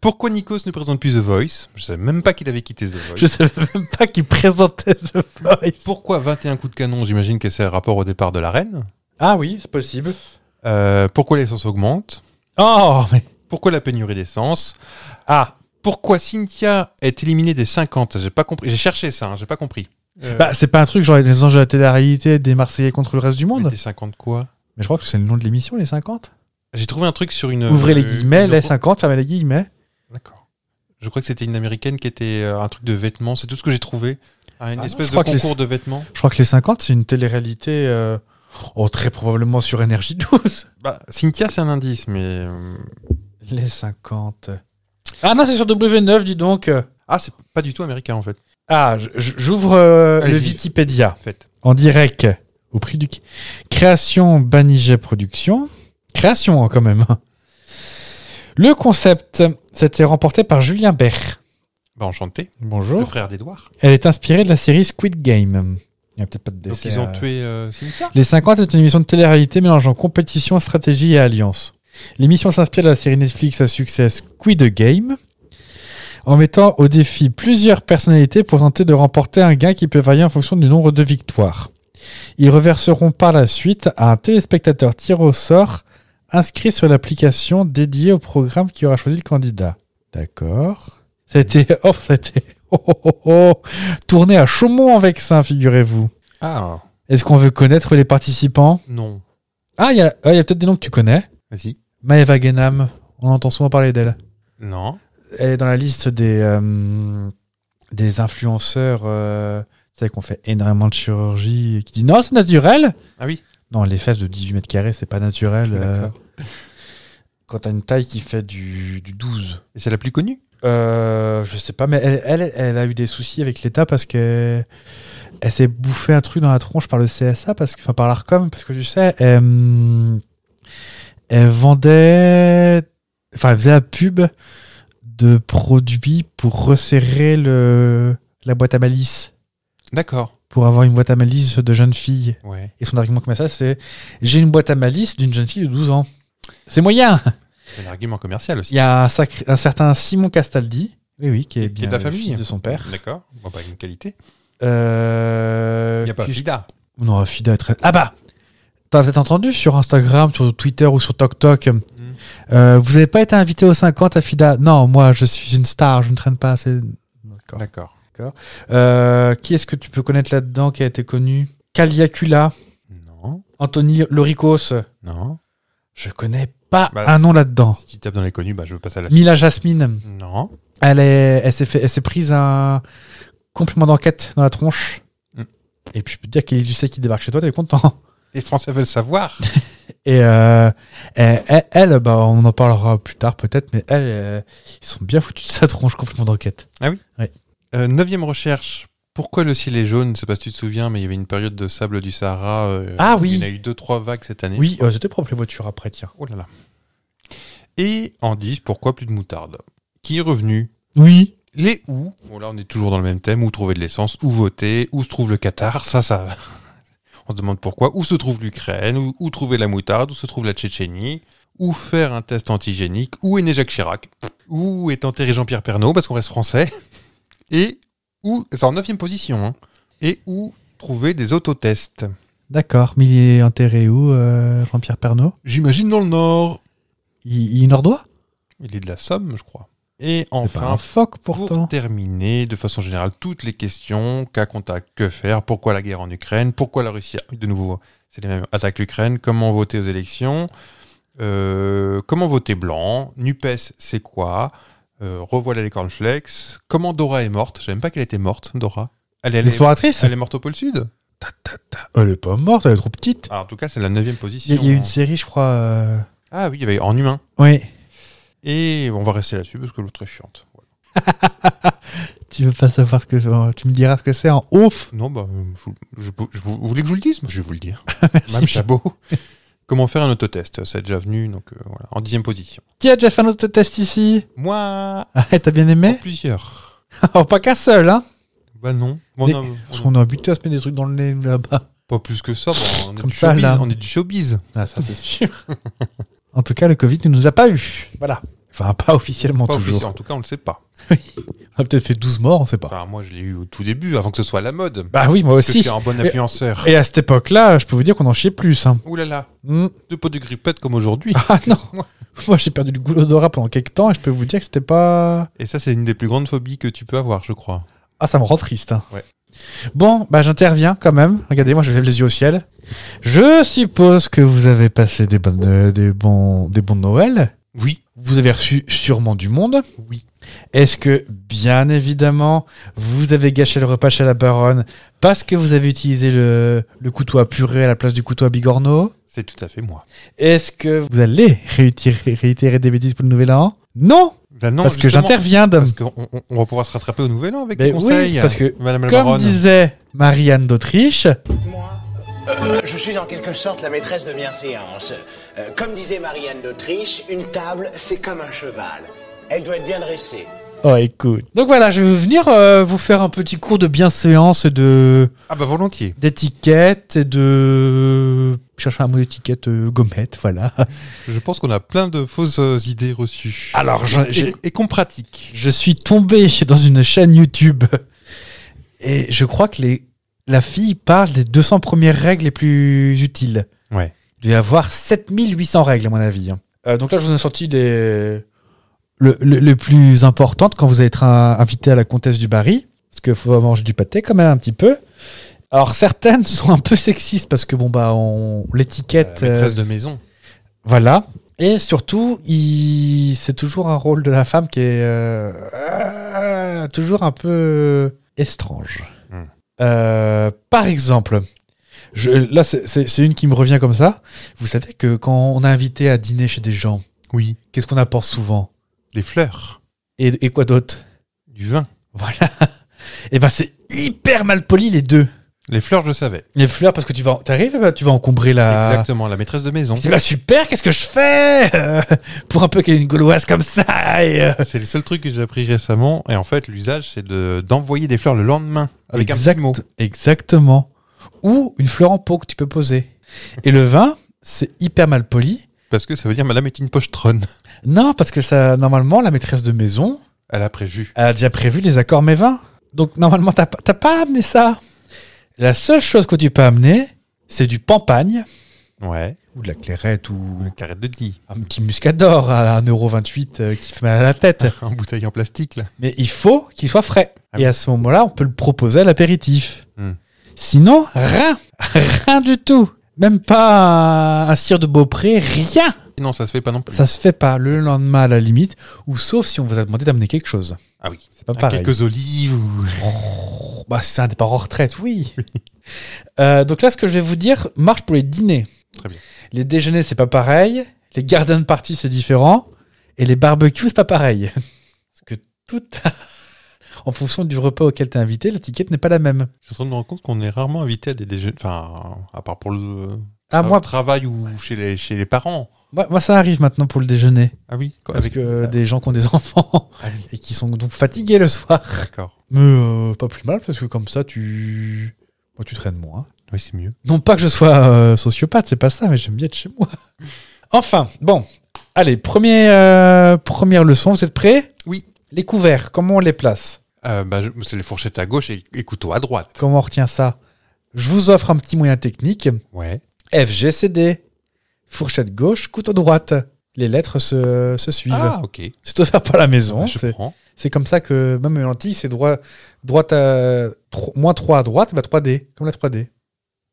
Speaker 3: Pourquoi Nikos ne présente plus The Voice Je savais même pas qu'il avait quitté The Voice.
Speaker 1: Je savais même pas qu'il présentait The Voice.
Speaker 3: Pourquoi 21 coups de canon J'imagine que c'est un rapport au départ de la reine.
Speaker 1: Ah oui, c'est possible.
Speaker 3: Euh, pourquoi l'essence augmente
Speaker 1: Oh, mais...
Speaker 3: Pourquoi la pénurie d'essence
Speaker 1: Ah,
Speaker 3: Pourquoi Cynthia est éliminée des 50 J'ai pas compris. J'ai cherché ça, hein, j'ai pas compris. Euh,
Speaker 1: bah, c'est pas un truc genre les anges de la télé-réalité des Marseillais contre le reste du
Speaker 3: mais
Speaker 1: monde.
Speaker 3: des 50 quoi
Speaker 1: Mais je crois que c'est le nom de l'émission, les 50.
Speaker 3: J'ai trouvé un truc sur une.
Speaker 1: Ouvrez les
Speaker 3: euh,
Speaker 1: guillemets,
Speaker 3: une-
Speaker 1: les 50, fermez les guillemets.
Speaker 3: D'accord. Je crois que c'était une américaine qui était euh, un truc de vêtements. C'est tout ce que j'ai trouvé. Ah, Une
Speaker 1: Ah non,
Speaker 3: espèce
Speaker 1: je
Speaker 3: de
Speaker 1: crois que les-
Speaker 3: concours de vêtements.
Speaker 1: Je crois que les 50, c'est une télé-réalité, euh, oh, très probablement sur Énergie 12.
Speaker 3: Bah, Cynthia, c'est un indice, mais. euh,
Speaker 1: (laughs) Les 50. Ah non, c'est sur W9, dis donc.
Speaker 3: Ah, c'est pas du tout américain en fait.
Speaker 1: Ah, j- j- j'ouvre euh, le
Speaker 3: Allez-y.
Speaker 1: Wikipédia.
Speaker 3: En fait.
Speaker 1: en direct au prix du création Baniget Production. Création hein, quand même. Le concept, c'était remporté par Julien Bert.
Speaker 3: Bah, enchanté. Le
Speaker 1: Bonjour.
Speaker 3: frère d'Edouard.
Speaker 1: Elle est inspirée de la série Squid Game. Il n'y a peut-être pas de
Speaker 3: Donc,
Speaker 1: décès.
Speaker 3: ils ont
Speaker 1: à-
Speaker 3: tué euh, Cynthia.
Speaker 1: Les 50 est une émission de télé-réalité mélangeant compétition, stratégie et alliance. L'émission s'inspire de la série Netflix à succès Squid Game en mettant au défi plusieurs personnalités pour tenter de remporter un gain qui peut varier en fonction du nombre de victoires. Ils reverseront par la suite à un téléspectateur tiré au sort inscrit sur l'application dédiée au programme qui aura choisi le candidat. D'accord. Ça a été, oh, ça a été- oh, oh, oh, oh, tourné à Chaumont-en-Vexin, figurez-vous.
Speaker 3: Ah,
Speaker 1: Est-ce qu'on veut connaître les participants
Speaker 3: non.
Speaker 1: Ah, il y a, ah, il y a peut-être des noms que tu connais.
Speaker 3: Vas-y.
Speaker 1: Maëva Genam, on entend souvent parler d'elle.
Speaker 3: Non.
Speaker 1: Elle est dans la liste des, euh, des influenceurs, euh, tu sais, qu'on fait énormément de chirurgie et qui dit non, c'est naturel
Speaker 3: Ah oui.
Speaker 1: Non, les fesses de 18 mètres carrés, c'est pas naturel. euh,
Speaker 3: D'accord.
Speaker 1: quand t'as une taille qui fait du, du 12.
Speaker 3: Et c'est la plus connue.
Speaker 1: Euh, je sais pas, mais elle, elle, elle a eu des soucis avec l'État parce que elle s'est bouffé un truc dans la tronche par le CSA, parce que, enfin par l'ARCOM, parce que tu sais, elle, hum, elle vendait, enfin elle faisait la pub de produits pour resserrer le, la boîte à malice.
Speaker 3: D'accord.
Speaker 1: pour avoir une boîte à malice de jeune fille.
Speaker 3: Ouais.
Speaker 1: Et son argument comme ça, c'est j'ai une boîte à malice d'une jeune fille de 12 ans. C'est moyen
Speaker 3: C'est un argument commercial aussi.
Speaker 1: Il y a un, sacré- un certain Simon Castaldi, oui, oui, qui est
Speaker 3: Qui
Speaker 1: bien
Speaker 3: est de la
Speaker 1: le
Speaker 3: famille.
Speaker 1: fils de son père.
Speaker 3: D'accord. Bon, pas une qualité.
Speaker 1: Euh,
Speaker 3: Il n'y a pas
Speaker 1: puis-
Speaker 3: Fida.
Speaker 1: Non, Fida est très. Ah bah T'as peut-être entendu sur Instagram, sur Twitter ou sur TokTok.
Speaker 3: Hmm.
Speaker 1: euh, vous n'avez pas été invité aux 50 à Fida Non, moi je suis une star, je ne traîne pas assez. D'accord.
Speaker 3: D'accord.
Speaker 1: Euh, qui est-ce que tu peux connaître là-dedans qui a été connu Caliacula,
Speaker 3: Non.
Speaker 1: Anthony Loricos.
Speaker 3: Non.
Speaker 1: Je connais pas
Speaker 3: Bah,
Speaker 1: un
Speaker 3: c'est-
Speaker 1: nom là-dedans.
Speaker 3: Si tu tapes dans les connus, bah, je veux passer à la suite.
Speaker 1: Mila Jasmine,
Speaker 3: Non.
Speaker 1: elle est, elle s'est fait, elle s'est prise un compliment d'enquête dans la tronche.
Speaker 3: Mm.
Speaker 1: Et puis je peux te dire qu'il du sait qui débarque chez toi, t'es content.
Speaker 3: Les Français veulent (laughs) savoir.
Speaker 1: Et euh, elle, elle- elle, bah, on en parlera plus tard peut-être, mais elle, euh, ils sont bien foutus de sa tronche compliment d'enquête.
Speaker 3: Euh, neuvième recherche. Pourquoi le ciel est jaune Je sais pas si tu te souviens, mais il y avait une période de sable du Sahara. euh,
Speaker 1: Ah oui.
Speaker 3: Il y en a eu deux, trois vagues cette année.
Speaker 1: Oui, euh, c'était propre les voitures après, tiens.
Speaker 3: Oh là là. Et en 10, pourquoi plus de moutarde Qui est revenu
Speaker 1: Oui.
Speaker 3: Les où Bon là on est toujours dans le même thème, où trouver de l'essence, où voter, où se trouve le Qatar, ça ça... (laughs) On se demande pourquoi, où se trouve l'Ukraine, où, où trouver la moutarde, où se trouve la Tchétchénie, où faire un test antigénique, où est né Jacques Chirac, où est enterré Jean-Pierre Pernaud, parce qu'on reste français, (laughs) et où... C'est en neuvième position, hein. Et où trouver des autotests
Speaker 1: D'accord, mais il est enterré où, euh, Jean-Pierre Pernaud
Speaker 3: J'imagine dans le Nord.
Speaker 1: Il, il est nordois
Speaker 3: Il est de la Somme, je crois. Et
Speaker 1: C'est pas
Speaker 3: enfin,
Speaker 1: un phoque
Speaker 3: Pour
Speaker 1: pourtant.
Speaker 3: terminer, de façon générale, toutes les questions cas contact, que faire, pourquoi la guerre en Ukraine, pourquoi la Russie, de nouveau, c'est les mêmes, attaque l'Ukraine, comment voter aux élections, euh, comment voter blanc, NUPES, c'est quoi, euh, revoilà les cornflakes, comment Dora est morte, je même pas qu'elle était morte, Dora. Elle est, elle est,
Speaker 1: L'exploratrice
Speaker 3: elle est morte au pôle Sud
Speaker 1: Ta, ta, ta. Elle est pas morte, elle est trop petite.
Speaker 3: Ah, En tout cas, c'est la neuvième
Speaker 1: Il y,
Speaker 3: position.
Speaker 1: a- il y a eu une série, je crois. euh,
Speaker 3: Ah oui, il y avait en humain.
Speaker 1: Oui.
Speaker 3: Et on va rester là-dessus parce que l'autre est chiante. Voilà.
Speaker 1: Tu veux pas savoir ce que. euh, Tu me diras ce que c'est en off
Speaker 3: Non, bah, je, je- je- vous vous voulez que je vous le dise Je vais vous le dire. Mme
Speaker 1: (laughs) Merci.
Speaker 3: Chabot. (laughs) Comment faire un autotest C'est déjà venu, donc euh, voilà, en dixième position.
Speaker 1: Qui a déjà fait un autre test ici
Speaker 3: Moi
Speaker 1: Ah, T'as bien
Speaker 3: en
Speaker 1: aimé
Speaker 3: Plusieurs.
Speaker 1: Oh, Pas qu'un seul, hein
Speaker 3: Bah non. Bon,
Speaker 1: Mais-
Speaker 3: non, on-
Speaker 1: Parce qu'on a habitué à se mettre des trucs dans le nez nous, là-bas.
Speaker 3: Pas plus que ça, bon, on, est
Speaker 1: Comme
Speaker 3: du
Speaker 1: ça,
Speaker 3: showbiz,
Speaker 1: là.
Speaker 3: on est du showbiz.
Speaker 1: Ah, ça, c'est sûr. (laughs) en tout cas, le Covid ne nous a pas eu. Voilà. Enfin, pas officiellement
Speaker 3: Pas
Speaker 1: toujours.
Speaker 3: officiel, en tout cas, on le sait pas.
Speaker 1: On a peut-être fait 12 morts, on sait pas.
Speaker 3: Enfin, moi, je l'ai eu au tout début, avant que ce soit la mode.
Speaker 1: Bah oui, moi
Speaker 3: parce que je
Speaker 1: aussi.
Speaker 3: suis un bon influenceur.
Speaker 1: Et à cette époque-là, je peux vous dire qu'on en chiait plus. Hein.
Speaker 3: Ouh là là,
Speaker 1: Hmm.
Speaker 3: deux pots de grippette comme aujourd'hui.
Speaker 1: (laughs)
Speaker 3: (laughs)
Speaker 1: Ah non Moi, j'ai perdu le goût d'odorat pendant quelques temps et je peux vous dire que c'était pas.
Speaker 3: Et ça, c'est une des plus grandes phobies que tu peux avoir, je crois.
Speaker 1: Ah, ça me rend triste. hein.
Speaker 3: Ouais.
Speaker 1: Bon, bah j'interviens quand même. Regardez, moi, je lève les yeux au ciel. Je suppose que vous avez passé des, bonnes, euh, des, bons, des bons Noël.
Speaker 3: Oui.
Speaker 1: Vous avez reçu sûrement du monde.
Speaker 3: Oui.
Speaker 1: Est-ce que, bien évidemment, vous avez gâché le repas chez la baronne parce que vous avez utilisé le, le couteau à purée à la place du couteau à bigorneau
Speaker 3: C'est tout à fait moi.
Speaker 1: Est-ce que vous allez réitérer, réitérer des bêtises pour le nouvel an Non,
Speaker 3: Bah non,
Speaker 1: Parce que
Speaker 3: justement,
Speaker 1: j'interviens, Dom.
Speaker 3: Parce qu'on on- on va pouvoir se rattraper au nouvel an avec
Speaker 1: Mais
Speaker 3: des conseils. euh,
Speaker 1: oui, parce que,
Speaker 3: Madame la
Speaker 1: Comme
Speaker 3: baronne.
Speaker 1: disait Marianne d'Autriche,
Speaker 2: Moi, euh, je suis en quelque sorte la maîtresse de bienséance. Euh, comme disait Marianne d'Autriche, une table, c'est comme un cheval. Elle doit être bien dressée.
Speaker 1: Oh, écoute. Donc voilà, je vais venir euh, vous faire un petit cours de bienséance et de
Speaker 3: Ah bah volontiers.
Speaker 1: d'étiquette et de je cherche un mot d'étiquette euh, gommette, voilà.
Speaker 3: Je pense qu'on a plein de fausses euh, idées reçues. Euh,
Speaker 1: Alors, je, je-
Speaker 3: et et qu'on pratique.
Speaker 1: je suis tombé dans une chaîne YouTube et je crois que les la fille parle des 200 premières règles les plus utiles.
Speaker 3: Ouais.
Speaker 1: Il doit y avoir 7800 règles à mon avis. hein. Euh, donc là, je vous ai sorti des le, le, le plus importante quand vous allez être un- invité à la comtesse du Barry, parce qu'il faut manger du pâté quand même un petit peu. Alors certaines sont un peu sexistes parce que bon bah on l'étiquette
Speaker 3: La
Speaker 1: euh,
Speaker 3: maîtresse de maison.
Speaker 1: voilà. Et surtout, il... c'est toujours un rôle de la femme qui est euh, euh, toujours un peu étrange.
Speaker 3: Hmm.
Speaker 1: Euh, par exemple, je... là, c'est- c'est c'est une qui me revient comme ça. Vous savez que quand on est invité à dîner chez des gens,
Speaker 3: Oui.
Speaker 1: qu'est-ce qu'on apporte souvent
Speaker 3: Des fleurs.
Speaker 1: et, et quoi d'autre Eh
Speaker 3: Du vin.
Speaker 1: (laughs) Voilà. Et ben, c'est hyper mal poli les deux.
Speaker 3: Les fleurs, je savais.
Speaker 1: Les fleurs, parce que tu vas, t'arrives, eh ben, tu vas encombrer la.
Speaker 3: Exactement, la maîtresse de maison.
Speaker 1: C'est pas bah, super, qu'est-ce que je fais euh, Pour un peu qu'elle est une gauloise comme ça et, euh,
Speaker 3: C'est le seul truc que j'ai appris récemment. Et en fait, l'usage, c'est de, d'envoyer des fleurs le lendemain. Avec un
Speaker 1: exact-
Speaker 3: petit mot.
Speaker 1: Exactement. Ou une fleur en pot que tu peux poser. Et le vin, c'est hyper mal poli.
Speaker 3: Parce que ça veut dire madame est une pochetronne.
Speaker 1: Non, parce que ça, normalement, la maîtresse de maison,
Speaker 3: Elle a prévu.
Speaker 1: elle a déjà prévu les accords mes vins. Donc, normalement, t'as pas- t'as pas amené ça. La seule chose que tu peux amener, c'est du pampagne,
Speaker 3: Ouais.
Speaker 1: ou de la clairette, ou
Speaker 3: Une carrette de nid.
Speaker 1: un petit muscador à 1,28€ euh, qui fait mal à la tête.
Speaker 3: (laughs) Un bouteille en plastique, là.
Speaker 1: Mais il faut qu'il soit frais.
Speaker 3: Ah
Speaker 1: Et à ce moment-là, on peut le proposer à l'apéritif.
Speaker 3: Hmm.
Speaker 1: Sinon, rien. (laughs) Rien du tout. Même pas un, un cire de Beaupré, rien.
Speaker 3: Non, ça se fait pas non plus.
Speaker 1: Ça se fait pas le lendemain à la limite, ou sauf si on vous a demandé d'amener quelque chose.
Speaker 3: Ah oui.
Speaker 1: C'est pas
Speaker 3: Ah,
Speaker 1: pareil.
Speaker 3: quelques olives ou.
Speaker 1: Oh, bah, c'est un départ en retraite, oui. Euh, donc là, ce que je vais vous dire marche pour les dîners.
Speaker 3: Très bien.
Speaker 1: Les déjeuners, c'est pas pareil. Les garden parties, c'est différent. Et les barbecues, c'est pas pareil. (laughs) Parce que tout a- (laughs) En fonction du repas auquel t'es invité, l'étiquette n'est pas la même.
Speaker 3: Je suis en train de me rendre compte qu'on est rarement invité à des déjeuners. Enfin, à part pour le
Speaker 1: Ah,
Speaker 3: tra-
Speaker 1: moi,
Speaker 3: travail ou chez les, chez les parents.
Speaker 1: moi, moi, ça arrive maintenant pour le déjeuner.
Speaker 3: Ah oui. quoi,
Speaker 1: Parce
Speaker 3: avec-
Speaker 1: que des gens qui ont des (laughs) enfants
Speaker 3: Ah oui,
Speaker 1: et qui sont donc fatigués le soir.
Speaker 3: d'accord.
Speaker 1: Mais euh, pas plus mal, parce que comme ça, tu. Moi, tu traînes moins.
Speaker 3: Oui, c'est mieux.
Speaker 1: Non pas que je sois euh, sociopathe, c'est pas ça, mais j'aime bien être chez moi. (laughs) Enfin, bon, allez, premier, euh, première leçon, vous êtes prêts
Speaker 3: Oui.
Speaker 1: Les couverts, comment on les place
Speaker 3: Euh, bah, je- c'est les fourchettes à gauche et, et couteau à droite.
Speaker 1: Comment on retient ça Je vous offre un petit moyen technique.
Speaker 3: Ouais.
Speaker 1: FGCD. Fourchette gauche, couteau droite. Les lettres se, se suivent.
Speaker 3: Ah, ok.
Speaker 1: C'est offert par la maison.
Speaker 3: Bah, je
Speaker 1: c'est-
Speaker 3: prends.
Speaker 1: c'est comme ça que même les lentilles, c'est droit, droite à, tro- moins 3 à droite, bah 3D, comme la 3D.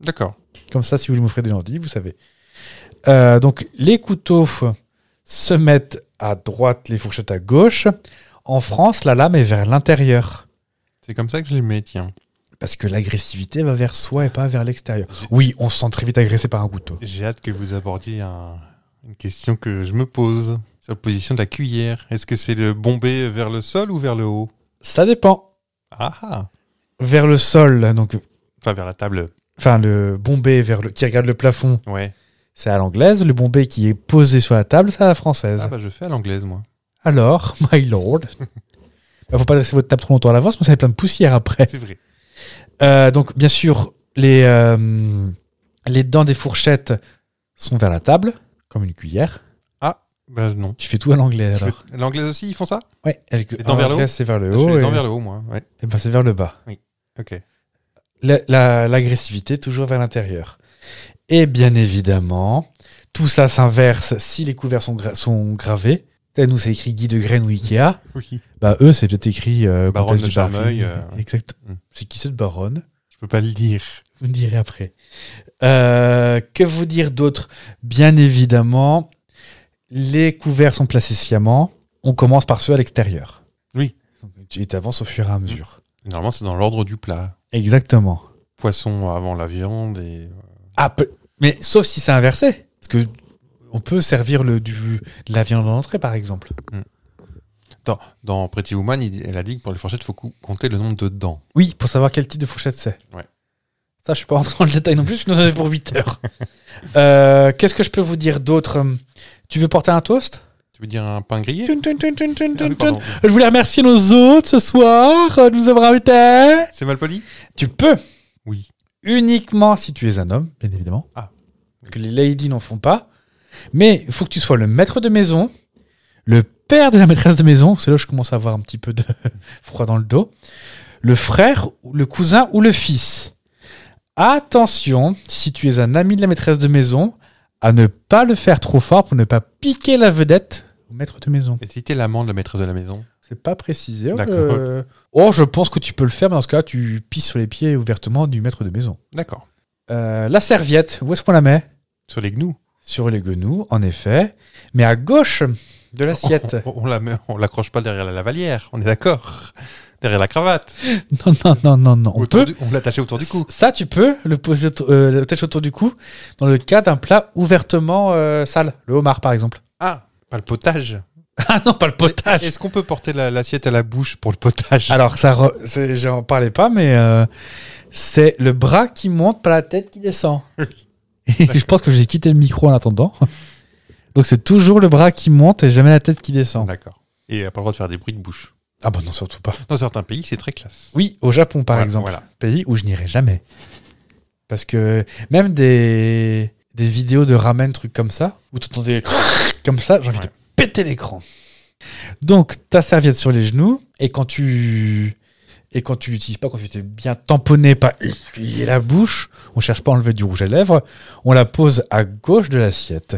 Speaker 3: D'accord.
Speaker 1: Comme ça, si vous voulez m'offrir des lentilles, vous savez. Euh, donc, les couteaux se mettent à droite, les fourchettes à gauche. En France, la lame est vers l'intérieur.
Speaker 3: C'est comme ça que je les mets, tiens.
Speaker 1: Parce que l'agressivité va vers soi et pas vers l'extérieur. Oui, on se sent très vite agressé par un couteau.
Speaker 3: J'ai hâte que vous abordiez un- une question que je me pose sur la position de la cuillère. Est-ce que c'est le bombé vers le sol ou vers le haut
Speaker 1: Ça dépend.
Speaker 3: Ah ah
Speaker 1: Vers le sol, donc,
Speaker 3: Enfin, vers la table.
Speaker 1: enfin, le bombé vers le, qui regarde le plafond,
Speaker 3: Ouais.
Speaker 1: c'est à l'anglaise. Le bombé qui est posé sur la table, c'est à la française.
Speaker 3: Ah bah, je fais à l'anglaise, moi.
Speaker 1: Alors, (laughs) my
Speaker 3: (laughs)
Speaker 1: lord. Il faut pas dresser votre table trop longtemps à l'avance, mais ça fait plein de poussière après.
Speaker 3: C'est vrai.
Speaker 1: Euh, donc, bien sûr, les, euh, les dents des fourchettes sont vers la table, comme une cuillère.
Speaker 3: Bah, non.
Speaker 1: Tu fais tout à l'anglais
Speaker 3: Je
Speaker 1: alors.
Speaker 3: fais- L'anglaise aussi, ils font ça
Speaker 1: Ouais, elle-
Speaker 3: Les dents vers le
Speaker 1: l'anglais,
Speaker 3: haut
Speaker 1: c'est vers le
Speaker 3: Je fais
Speaker 1: haut.
Speaker 3: les dents
Speaker 1: et-
Speaker 3: vers le haut, moi. Ouais.
Speaker 1: et ben, c'est vers le bas.
Speaker 3: Ok.
Speaker 1: La- la- L'agressivité, toujours vers l'intérieur. Et bien évidemment, tout ça s'inverse si les couverts sont, gra- sont gravés. Là, nous, c'est écrit Guy de Graine ou Ikea.
Speaker 3: Oui.
Speaker 1: Bah, eux, c'est peut-être écrit euh,
Speaker 3: Baronne
Speaker 1: Comtesse
Speaker 3: de
Speaker 1: du Barry.
Speaker 3: Charmeuil, euh.
Speaker 1: Exact.
Speaker 3: Mm.
Speaker 1: C'est qui cette baronne
Speaker 3: Je peux pas le dire.
Speaker 1: Vous me direz après. Euh, que vous dire d'autre Bien évidemment, les couverts sont placés sciemment. On commence par ceux à l'extérieur.
Speaker 3: Oui.
Speaker 1: Et tu avances au fur et à mesure.
Speaker 3: Normalement, c'est dans l'ordre du plat.
Speaker 1: Exactement.
Speaker 3: Poisson avant la viande et.
Speaker 1: Ah, peu- mais sauf si c'est inversé. Parce que on peut servir le, du, de la viande en entrée, par exemple.
Speaker 3: Dans, dans Pretty Woman, il- elle a dit que pour les fourchettes, il faut cou- compter le nombre de dents.
Speaker 1: Oui, pour savoir quel type de fourchette c'est.
Speaker 3: Ouais.
Speaker 1: Ça, je suis pas rentré dans le détail non plus, sinon j'en ai pour 8 (laughs) heures. Euh, Qu'est-ce que je peux vous dire d'autre Tu veux porter un toast
Speaker 3: Tu veux dire un pain grillé
Speaker 1: Tun, tun, tun, tun, tun,
Speaker 3: Ah oui,
Speaker 1: tun,
Speaker 3: pardon.
Speaker 1: Je voulais remercier nos hôtes ce soir euh, de nous avoir invités.
Speaker 3: C'est mal poli
Speaker 1: Tu peux,
Speaker 3: Oui.
Speaker 1: uniquement si tu es un homme, bien évidemment.
Speaker 3: Ah.
Speaker 1: Que les ladies n'en font pas. Mais il faut que tu sois le maître de maison, le père de la maîtresse de maison. C'est là que je commence à avoir un petit peu de (laughs) froid dans le dos. Le frère, ou le cousin ou le fils. Attention, si tu es un ami de la maîtresse de maison, à ne pas le faire trop fort pour ne pas piquer la vedette au maître de maison.
Speaker 3: Et si t'es l'amant de la maîtresse de la maison
Speaker 1: C'est pas précisé.
Speaker 3: D'accord.
Speaker 1: Euh, (laughs) Oh, je pense que tu peux le faire, mais dans ce cas, tu pisses sur les pieds ouvertement du maître de maison.
Speaker 3: D'accord.
Speaker 1: Euh, la serviette, où est-ce qu'on la met
Speaker 3: Sur les gnous
Speaker 1: Sur les genoux, en effet, mais à gauche de l'assiette.
Speaker 3: On, on la met- on l'accroche pas derrière la lavalière, on est d'accord. Derrière la cravate.
Speaker 1: (laughs) non, non, non, non, non. On
Speaker 3: Autour
Speaker 1: peut.
Speaker 3: du- on l'attachait autour du cou.
Speaker 1: Ça, tu peux le poser autour, euh, l'attacher autour du cou dans le cas d'un plat ouvertement euh, sale. Le homard, par exemple.
Speaker 3: Ah, pas le potage.
Speaker 1: Ah non, pas le potage.
Speaker 3: Est-ce qu'on peut porter la- l'assiette à la bouche pour le potage
Speaker 1: Alors, ça, re- c'est- j'en parlais pas, mais euh, c'est le bras qui monte, pas la tête qui descend. (laughs) Et je pense que j'ai quitté le micro en attendant. Donc, c'est toujours le bras qui monte et jamais la tête qui descend.
Speaker 3: D'accord. Et elle n'a pas le droit de faire des bruits de bouche.
Speaker 1: Ah bah non, surtout pas.
Speaker 3: Dans certains pays, c'est très classe.
Speaker 1: Oui, au Japon, par
Speaker 3: Voilà,
Speaker 1: exemple.
Speaker 3: Voilà.
Speaker 1: Pays où je n'irai jamais. Parce que même des, des vidéos de ramen, trucs comme ça, où tu entendais (laughs) comme ça, j'ai envie
Speaker 3: Ouais.
Speaker 1: de péter l'écran. Donc, ta serviette sur les genoux, et quand tu. Et quand tu l'utilises pas, quand tu t'es bien tamponné, pas essuyé la bouche, on cherche pas à enlever du rouge à lèvres, on la pose à gauche de l'assiette.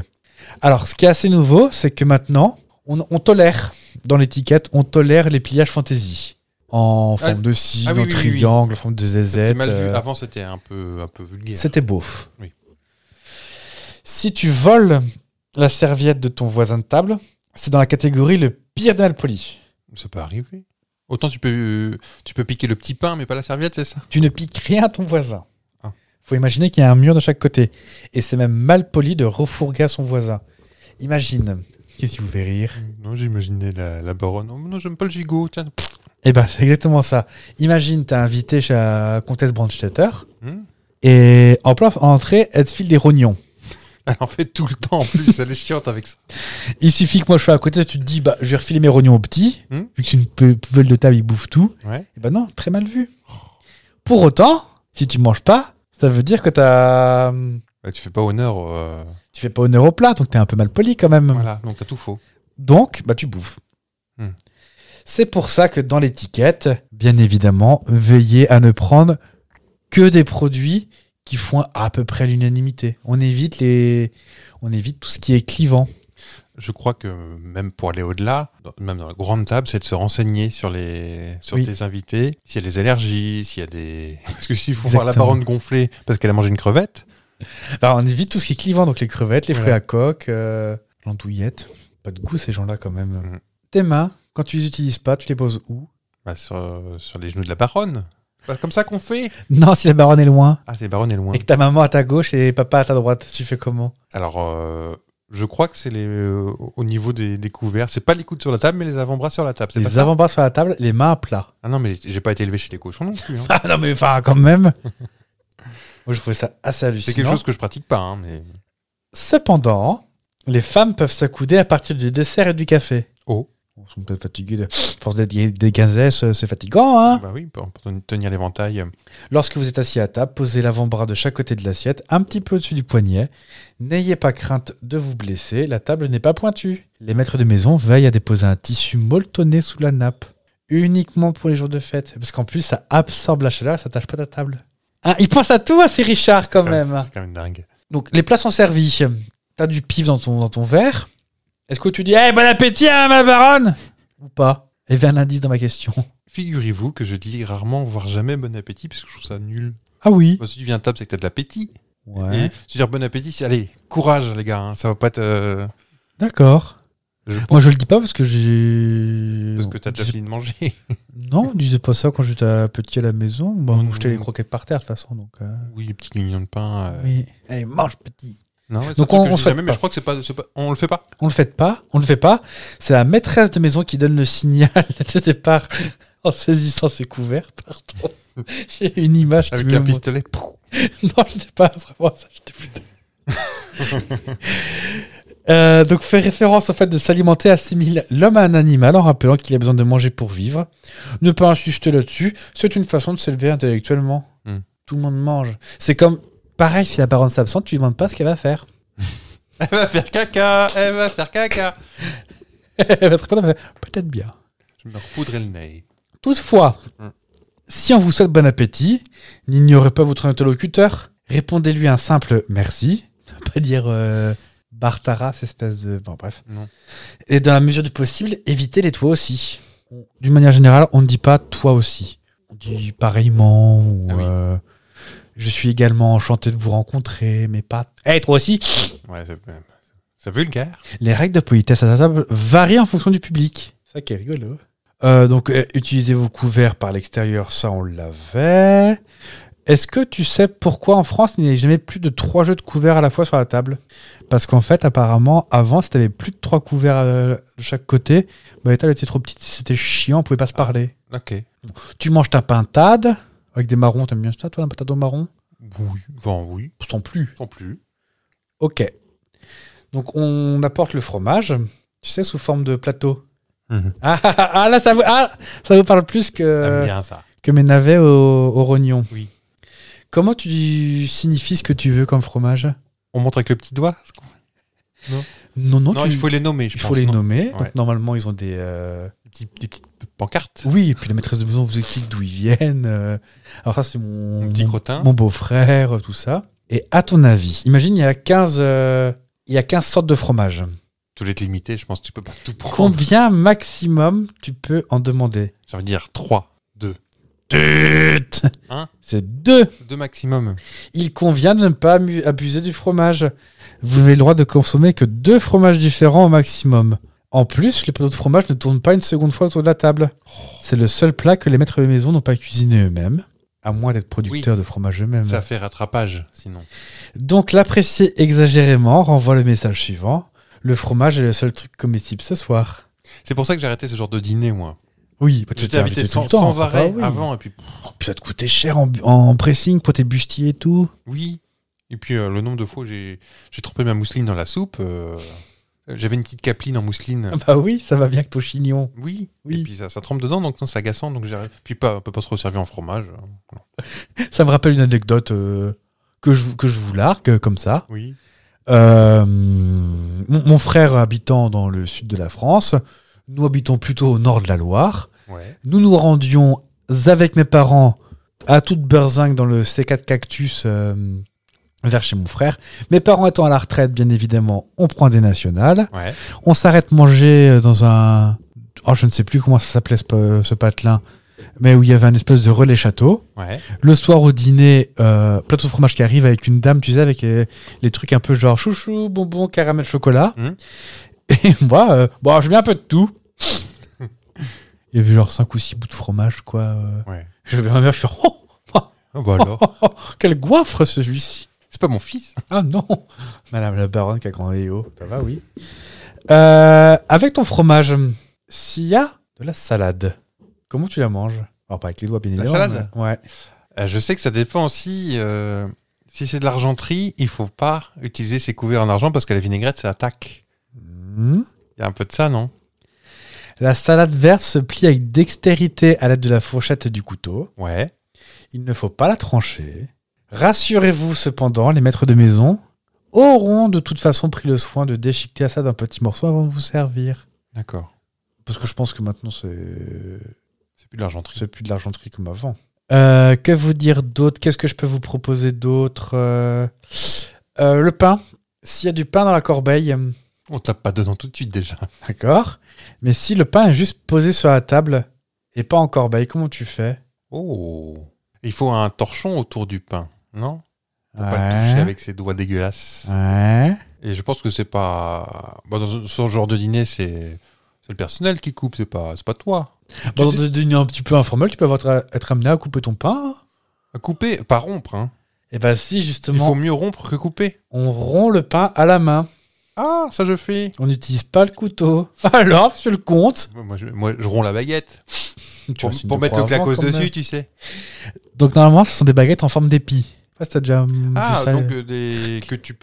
Speaker 1: Alors, ce qui est assez nouveau, c'est que maintenant, on, on tolère, dans l'étiquette, on tolère les pliages fantaisie. En
Speaker 3: Ah,
Speaker 1: forme de signe,
Speaker 3: ah
Speaker 1: en
Speaker 3: oui, oui, oui, oui.
Speaker 1: triangle, en forme de ZZ.
Speaker 3: C'était mal vu.
Speaker 1: euh,
Speaker 3: Avant, c'était un peu, un peu vulgaire.
Speaker 1: c'était beauf.
Speaker 3: Oui.
Speaker 1: Si tu voles la serviette de ton voisin de table, c'est dans la catégorie le pire des malpolis.
Speaker 3: Ça peut arriver. Autant tu peux, euh, tu peux piquer le petit pain, mais pas la serviette, c'est ça
Speaker 1: Tu ne piques rien à ton voisin.
Speaker 3: Ah.
Speaker 1: Faut imaginer qu'il y a un mur de chaque côté. Et c'est même malpoli de refourguer à son voisin. Imagine. Qu'est-ce qui vous fait rire
Speaker 3: Mm, Non, j'imaginais la, la baronne. Oh, non, j'aime pas le gigot. Tiens. Pff.
Speaker 1: Eh ben, c'est exactement ça. Imagine, t'es invité chez la comtesse Brandstetter.
Speaker 3: Hmm.
Speaker 1: Et en plein entrée, elle te file des rognons.
Speaker 3: (laughs) Elle en fait tout le temps en plus. Elle est chiante avec ça.
Speaker 1: Il suffit que moi je sois à côté, tu te dis, bah, je vais refiler mes rognons au petit.
Speaker 3: Hmm.
Speaker 1: Vu que c'est une pou- poubelle de table, il bouffe tout.
Speaker 3: Ouais.
Speaker 1: Eh ben non, très mal vu. Pour autant, si tu manges pas, ça veut dire que t'as.
Speaker 3: Bah, tu fais pas honneur. euh,
Speaker 1: Tu fais pas honneur au plat, donc t'es un peu mal poli quand même.
Speaker 3: Voilà, donc t'as tout faux.
Speaker 1: Donc, bah tu bouffes.
Speaker 3: Hmm.
Speaker 1: C'est pour ça que dans l'étiquette, bien évidemment, veillez à ne prendre que des produits qui font à peu près l'unanimité. On évite les, on évite tout ce qui est clivant.
Speaker 3: Je crois que même pour aller au-delà, dans- même dans la grande table, c'est de se renseigner sur les sur
Speaker 1: Oui.
Speaker 3: tes invités, s'il y a des allergies, s'il y a des (laughs) parce que s'il faut voir la
Speaker 1: Exactement.
Speaker 3: baronne gonflée parce qu'elle a mangé une crevette,
Speaker 1: Bah, on évite tout ce qui est clivant, donc les crevettes, les fruits
Speaker 3: Voilà.
Speaker 1: à coque, euh, l'andouillette. Pas de goût ces gens-là quand même.
Speaker 3: Mhm.
Speaker 1: Tes mains, quand tu les utilises pas, tu les poses où
Speaker 3: bah, sur, sur les genoux de la baronne. C'est pas comme ça qu'on fait.
Speaker 1: Non, si la baronne est loin
Speaker 3: Ah, c'est baronne est loin.
Speaker 1: et que ta maman à ta gauche et papa à ta droite, tu fais comment
Speaker 3: Alors, euh, je crois que c'est les euh, au niveau des, des couverts, c'est pas les coudes sur la table, mais les avant-bras sur la table. C'est pas
Speaker 1: Les
Speaker 3: ça
Speaker 1: avant-bras sur la table, les mains à plat.
Speaker 3: Ah non, mais j'ai pas été élevé chez les cochons non
Speaker 1: (laughs)
Speaker 3: plus. hein.
Speaker 1: Ah non, mais enfin, quand même (laughs) Moi, je trouvais ça assez hallucinant.
Speaker 3: c'est quelque chose que je pratique pas. hein, mais...
Speaker 1: Cependant, les femmes peuvent s'accouder à partir du dessert et du café.
Speaker 3: Oh.
Speaker 1: On sont peut-être fatigués de... à force d'être des gazesses, c'est fatigant, hein
Speaker 3: Bah oui, pour, pour tenir l'éventail. euh,
Speaker 1: Lorsque vous êtes assis à table, posez l'avant-bras de chaque côté de l'assiette, un petit peu au-dessus du poignet. N'ayez pas crainte de vous blesser, la table n'est pas pointue. Les maîtres de maison veillent à déposer un tissu molletonné sous la nappe, uniquement pour les jours de fête, parce qu'en plus ça absorbe la chaleur, ça tâche pas ta table. Ah, ils pensent à tout, hein, ces Richard quand
Speaker 3: c'est
Speaker 1: même.
Speaker 3: C'est quand même dingue.
Speaker 1: Donc les plats sont servis. T'as du pif dans ton, dans ton verre. Est-ce que tu dis Eh, bon appétit, hein, ma baronne Ou pas Il y avait un indice dans ma question.
Speaker 3: Figurez-vous que je dis rarement, voire jamais bon appétit, parce que je trouve ça nul.
Speaker 1: Ah oui.
Speaker 3: Bah, si tu viens à table, c'est que t'as de l'appétit.
Speaker 1: Ouais.
Speaker 3: Et se dire bon appétit, c'est allez, courage les gars, hein, ça va pas te. euh,
Speaker 1: D'accord.
Speaker 3: Je
Speaker 1: Moi, je le dis pas parce que j'ai.
Speaker 3: Parce que t'as déjà fini de manger.
Speaker 1: Non, on disait pas ça quand j'étais petit à la maison. Bah,
Speaker 3: Non,
Speaker 1: on jetait les
Speaker 3: non.
Speaker 1: croquettes par terre, de toute façon. Donc, euh,
Speaker 3: Oui, petit clignon de pain. euh,
Speaker 1: oui. Allez, mange, petit.
Speaker 3: Non, ouais, c'est
Speaker 1: Donc
Speaker 3: un truc
Speaker 1: on-
Speaker 3: que je
Speaker 1: on
Speaker 3: dis
Speaker 1: souhaite
Speaker 3: jamais, mais
Speaker 1: pas.
Speaker 3: je crois que c'est pas, c'est pas- on le fait pas.
Speaker 1: On le fait pas. On le fait pas. C'est la maîtresse de maison qui donne le signal (laughs) de départ en saisissant ses couverts. Pardon.
Speaker 3: (laughs)
Speaker 1: J'ai une image qui
Speaker 3: Avec
Speaker 1: me
Speaker 3: un
Speaker 1: monte.
Speaker 3: pistolet. pouf.
Speaker 1: (laughs) Non, je n'ai pas vraiment ça, je t'ai putain. (laughs) Euh, donc, fait référence au fait de s'alimenter assimile l'homme à un animal en rappelant qu'il a besoin de manger pour vivre. Ne pas insister là-dessus, c'est une façon de s'élever intellectuellement.
Speaker 3: Hmm.
Speaker 1: Tout le monde mange. C'est comme, pareil, si la parente s'absente, tu lui demandes pas ce qu'elle va faire. (laughs)
Speaker 3: Elle va faire caca, elle va faire caca.
Speaker 1: elle va te répondre, elle va faire, peut-être bien.
Speaker 3: Je me repoudrais le nez.
Speaker 1: Toutefois,
Speaker 3: Hmm.
Speaker 1: si on vous souhaite bon appétit, n'ignorez pas votre interlocuteur. Répondez-lui un simple merci. (laughs) Ne pas dire euh, Bartara, cette espèce de. Bon, bref.
Speaker 3: Non.
Speaker 1: Et dans la mesure du possible, évitez les toi aussi. On- D'une manière générale, on ne dit pas toi aussi. On dit pareillement ou.
Speaker 3: Ah oui.
Speaker 1: euh, je suis également enchanté de vous rencontrer, mais pas. Eh, toi aussi
Speaker 3: Ouais, c'est, c'est vulgaire.
Speaker 1: les règles de politesse à la table varient en fonction du public. euh, Ça qui est rigolo. donc, euh, utilisez vos couverts par l'extérieur, ça on l'avait. Est-ce que tu sais pourquoi en France il n'y a jamais plus de trois jeux de couverts à la fois sur la table Parce qu'en fait, apparemment, avant, si t'avais plus de trois couverts euh, de chaque côté, bah, les tables étaient trop petites, c'était chiant, on pouvait pas se parler.
Speaker 3: Ok.
Speaker 1: Tu manges ta pintade avec des marrons, t'aimes bien ça, toi, la pintade au marron
Speaker 3: Oui. Enfin, oui.
Speaker 1: Sans plus.
Speaker 3: Sans plus.
Speaker 1: Ok. Donc on apporte le fromage, tu sais, sous forme de plateau.
Speaker 3: Mhm.
Speaker 1: Ah, ah, ah, ah, là, ça vous, ah, ça vous parle plus
Speaker 3: J'aime
Speaker 1: que,
Speaker 3: bien ça.
Speaker 1: que mes navets au, au rognon.
Speaker 3: Oui.
Speaker 1: Comment tu signifies ce que tu veux comme fromage
Speaker 3: On montre avec le petit doigt ce qu'on-
Speaker 1: Non, non,
Speaker 3: Non,
Speaker 1: tu-
Speaker 3: il faut les nommer, je
Speaker 1: il
Speaker 3: pense.
Speaker 1: faut les
Speaker 3: non
Speaker 1: nommer.
Speaker 3: Ouais.
Speaker 1: Donc, normalement, ils ont des... euh,
Speaker 3: Des petites- des petites pancartes.
Speaker 1: Oui, et puis la maîtresse de maison vous explique d'où ils viennent. euh, Alors ça, c'est mon,
Speaker 3: Mon petit crottin.
Speaker 1: mon beau-frère, euh, tout ça. Et à ton avis, imagine, il y a 15, euh, il y a 15 sortes de fromages.
Speaker 3: Tu voulais te limiter, je pense que tu peux pas tout prendre.
Speaker 1: Combien maximum tu peux en demander
Speaker 3: J'ai envie de dire 3, 2. Un.
Speaker 1: (laughs) C'est deux.
Speaker 3: 2 maximum.
Speaker 1: Il convient de ne pas amu- abuser du fromage. Vous n'avez le droit de consommer que deux fromages différents au maximum. En plus, le plateau de fromage ne tourne pas une seconde fois autour de la table. C'est le seul plat que les maîtres de maison n'ont pas cuisiné eux-mêmes, à moins d'être producteurs de fromage eux-mêmes.
Speaker 3: Ça fait rattrapage, sinon.
Speaker 1: Donc l'apprécier exagérément renvoie le message suivant. Le fromage est le seul truc comestible ce soir.
Speaker 3: C'est pour ça que j'ai arrêté ce genre de dîner, moi.
Speaker 1: Oui, tu
Speaker 3: J'étais invité,
Speaker 1: tout
Speaker 3: sans,
Speaker 1: le temps,
Speaker 3: sans
Speaker 1: ça
Speaker 3: arrêt
Speaker 1: va, oui.
Speaker 3: avant, et puis.
Speaker 1: Oh, puis ça te coûtait cher en, bu- en pressing pour tes bustiers et tout. (laughs)
Speaker 3: Oui. Et puis, euh, le nombre de fois où j'ai j'ai trempé ma mousseline dans la soupe. euh, J'avais une petite capeline en mousseline.
Speaker 1: Ah bah oui, ça va bien que ton chignon.
Speaker 3: Oui.
Speaker 1: Oui.
Speaker 3: Et puis, ça, ça trempe dedans, donc non, c'est agaçant. Donc j'ai arrêté. puis, pas, on peut pas se resservir en fromage. hein.
Speaker 1: Ça me rappelle une anecdote euh, que, je, vous- que je vous largue euh, comme ça.
Speaker 3: Oui.
Speaker 1: Euh, mon, mon frère habitant dans le sud de la France, nous habitons plutôt au nord de la Loire.
Speaker 3: Ouais.
Speaker 1: Nous nous rendions avec mes parents à toute berzingue dans le C4 Cactus euh, vers chez mon frère. Mes parents étant à la retraite, bien évidemment, on prend des nationales.
Speaker 3: Ouais.
Speaker 1: On s'arrête manger euh, dans un. Oh, je ne sais plus comment ça s'appelait ce, pa- ce patelin, mais où il y avait un espèce de relais château.
Speaker 3: Ouais.
Speaker 1: Le soir au dîner, euh, plateau de fromage qui arrive avec une dame, tu sais, avec euh, les trucs un peu genre chouchou, bonbon, caramel, chocolat.
Speaker 3: Mhm.
Speaker 1: (laughs) Et moi, euh, bon, je mets un peu de tout. Il y avait genre 5 ou 6 bouts de fromage, quoi. euh.
Speaker 3: Ouais.
Speaker 1: Je vais bien faire, oh,
Speaker 3: Ah bah (laughs) alors.
Speaker 1: oh, oh, quel goiffre celui-ci.
Speaker 3: c'est pas mon fils.
Speaker 1: Ah non, Madame la Baronne qui a grandi haut, ça va, oui. Euh, avec ton fromage, s'il y a de la salade, comment tu la manges Alors pas avec les doigts, bien
Speaker 3: La
Speaker 1: évidemment.
Speaker 3: salade
Speaker 1: mais- Ouais.
Speaker 3: Euh, Je sais que ça dépend aussi. euh, si c'est de l'argenterie, il faut pas utiliser ses couverts en argent parce que la vinaigrette, ça attaque.
Speaker 1: Mhm.
Speaker 3: Il y a un peu de ça, non
Speaker 1: La salade verte se plie avec dextérité à l'aide de la fourchette et du couteau.
Speaker 3: Ouais.
Speaker 1: Il ne faut pas la trancher. Rassurez-vous cependant, les maîtres de maison auront de toute façon pris le soin de déchiqueter ça d'un petit morceau avant de vous servir.
Speaker 3: D'accord.
Speaker 1: Parce que je pense que maintenant, c'est
Speaker 3: C'est plus de l'argenterie.
Speaker 1: c'est plus de l'argenterie comme avant. Euh, que vous dire d'autre Qu'est-ce que je peux vous proposer d'autre Euh, euh, Le pain. S'il y a du pain dans la corbeille, (laughs)
Speaker 3: On tape pas dedans tout de suite déjà.
Speaker 1: d'accord. Mais si le pain est juste posé sur la table et pas en corbeille, comment tu fais
Speaker 3: Oh. Il faut un torchon autour du pain, non Pour pas le toucher
Speaker 1: Ouais.
Speaker 3: avec ses doigts dégueulasses.
Speaker 1: Ouais.
Speaker 3: Et je pense que c'est pas. Bah, dans ce- ce genre de dîner, c'est c'est le personnel qui coupe, c'est pas c'est pas toi.
Speaker 1: Dans des dîners un petit peu informel, tu peux avoir euh, être amené à couper ton pain.
Speaker 3: À Couper, pas rompre. Hein.
Speaker 1: Et bah si,
Speaker 3: Il
Speaker 1: justement,
Speaker 3: faut mieux rompre que couper.
Speaker 1: on rompt le pain à la main.
Speaker 3: Ah, ça je fais.
Speaker 1: On n'utilise pas le couteau. (laughs) Alors, monsieur le comte,
Speaker 3: Moi, je, moi, je romps la baguette.
Speaker 1: tu
Speaker 3: pour,
Speaker 1: vas signer
Speaker 3: pour
Speaker 1: ton
Speaker 3: mettre le
Speaker 1: croix avant,
Speaker 3: clacos
Speaker 1: quand
Speaker 3: dessus,
Speaker 1: même.
Speaker 3: tu sais.
Speaker 1: Donc normalement, ce sont des baguettes en forme d'épi. Je sais pas si t'as déjà hum,
Speaker 3: Ah,
Speaker 1: vu ça.
Speaker 3: donc euh, des, que tu.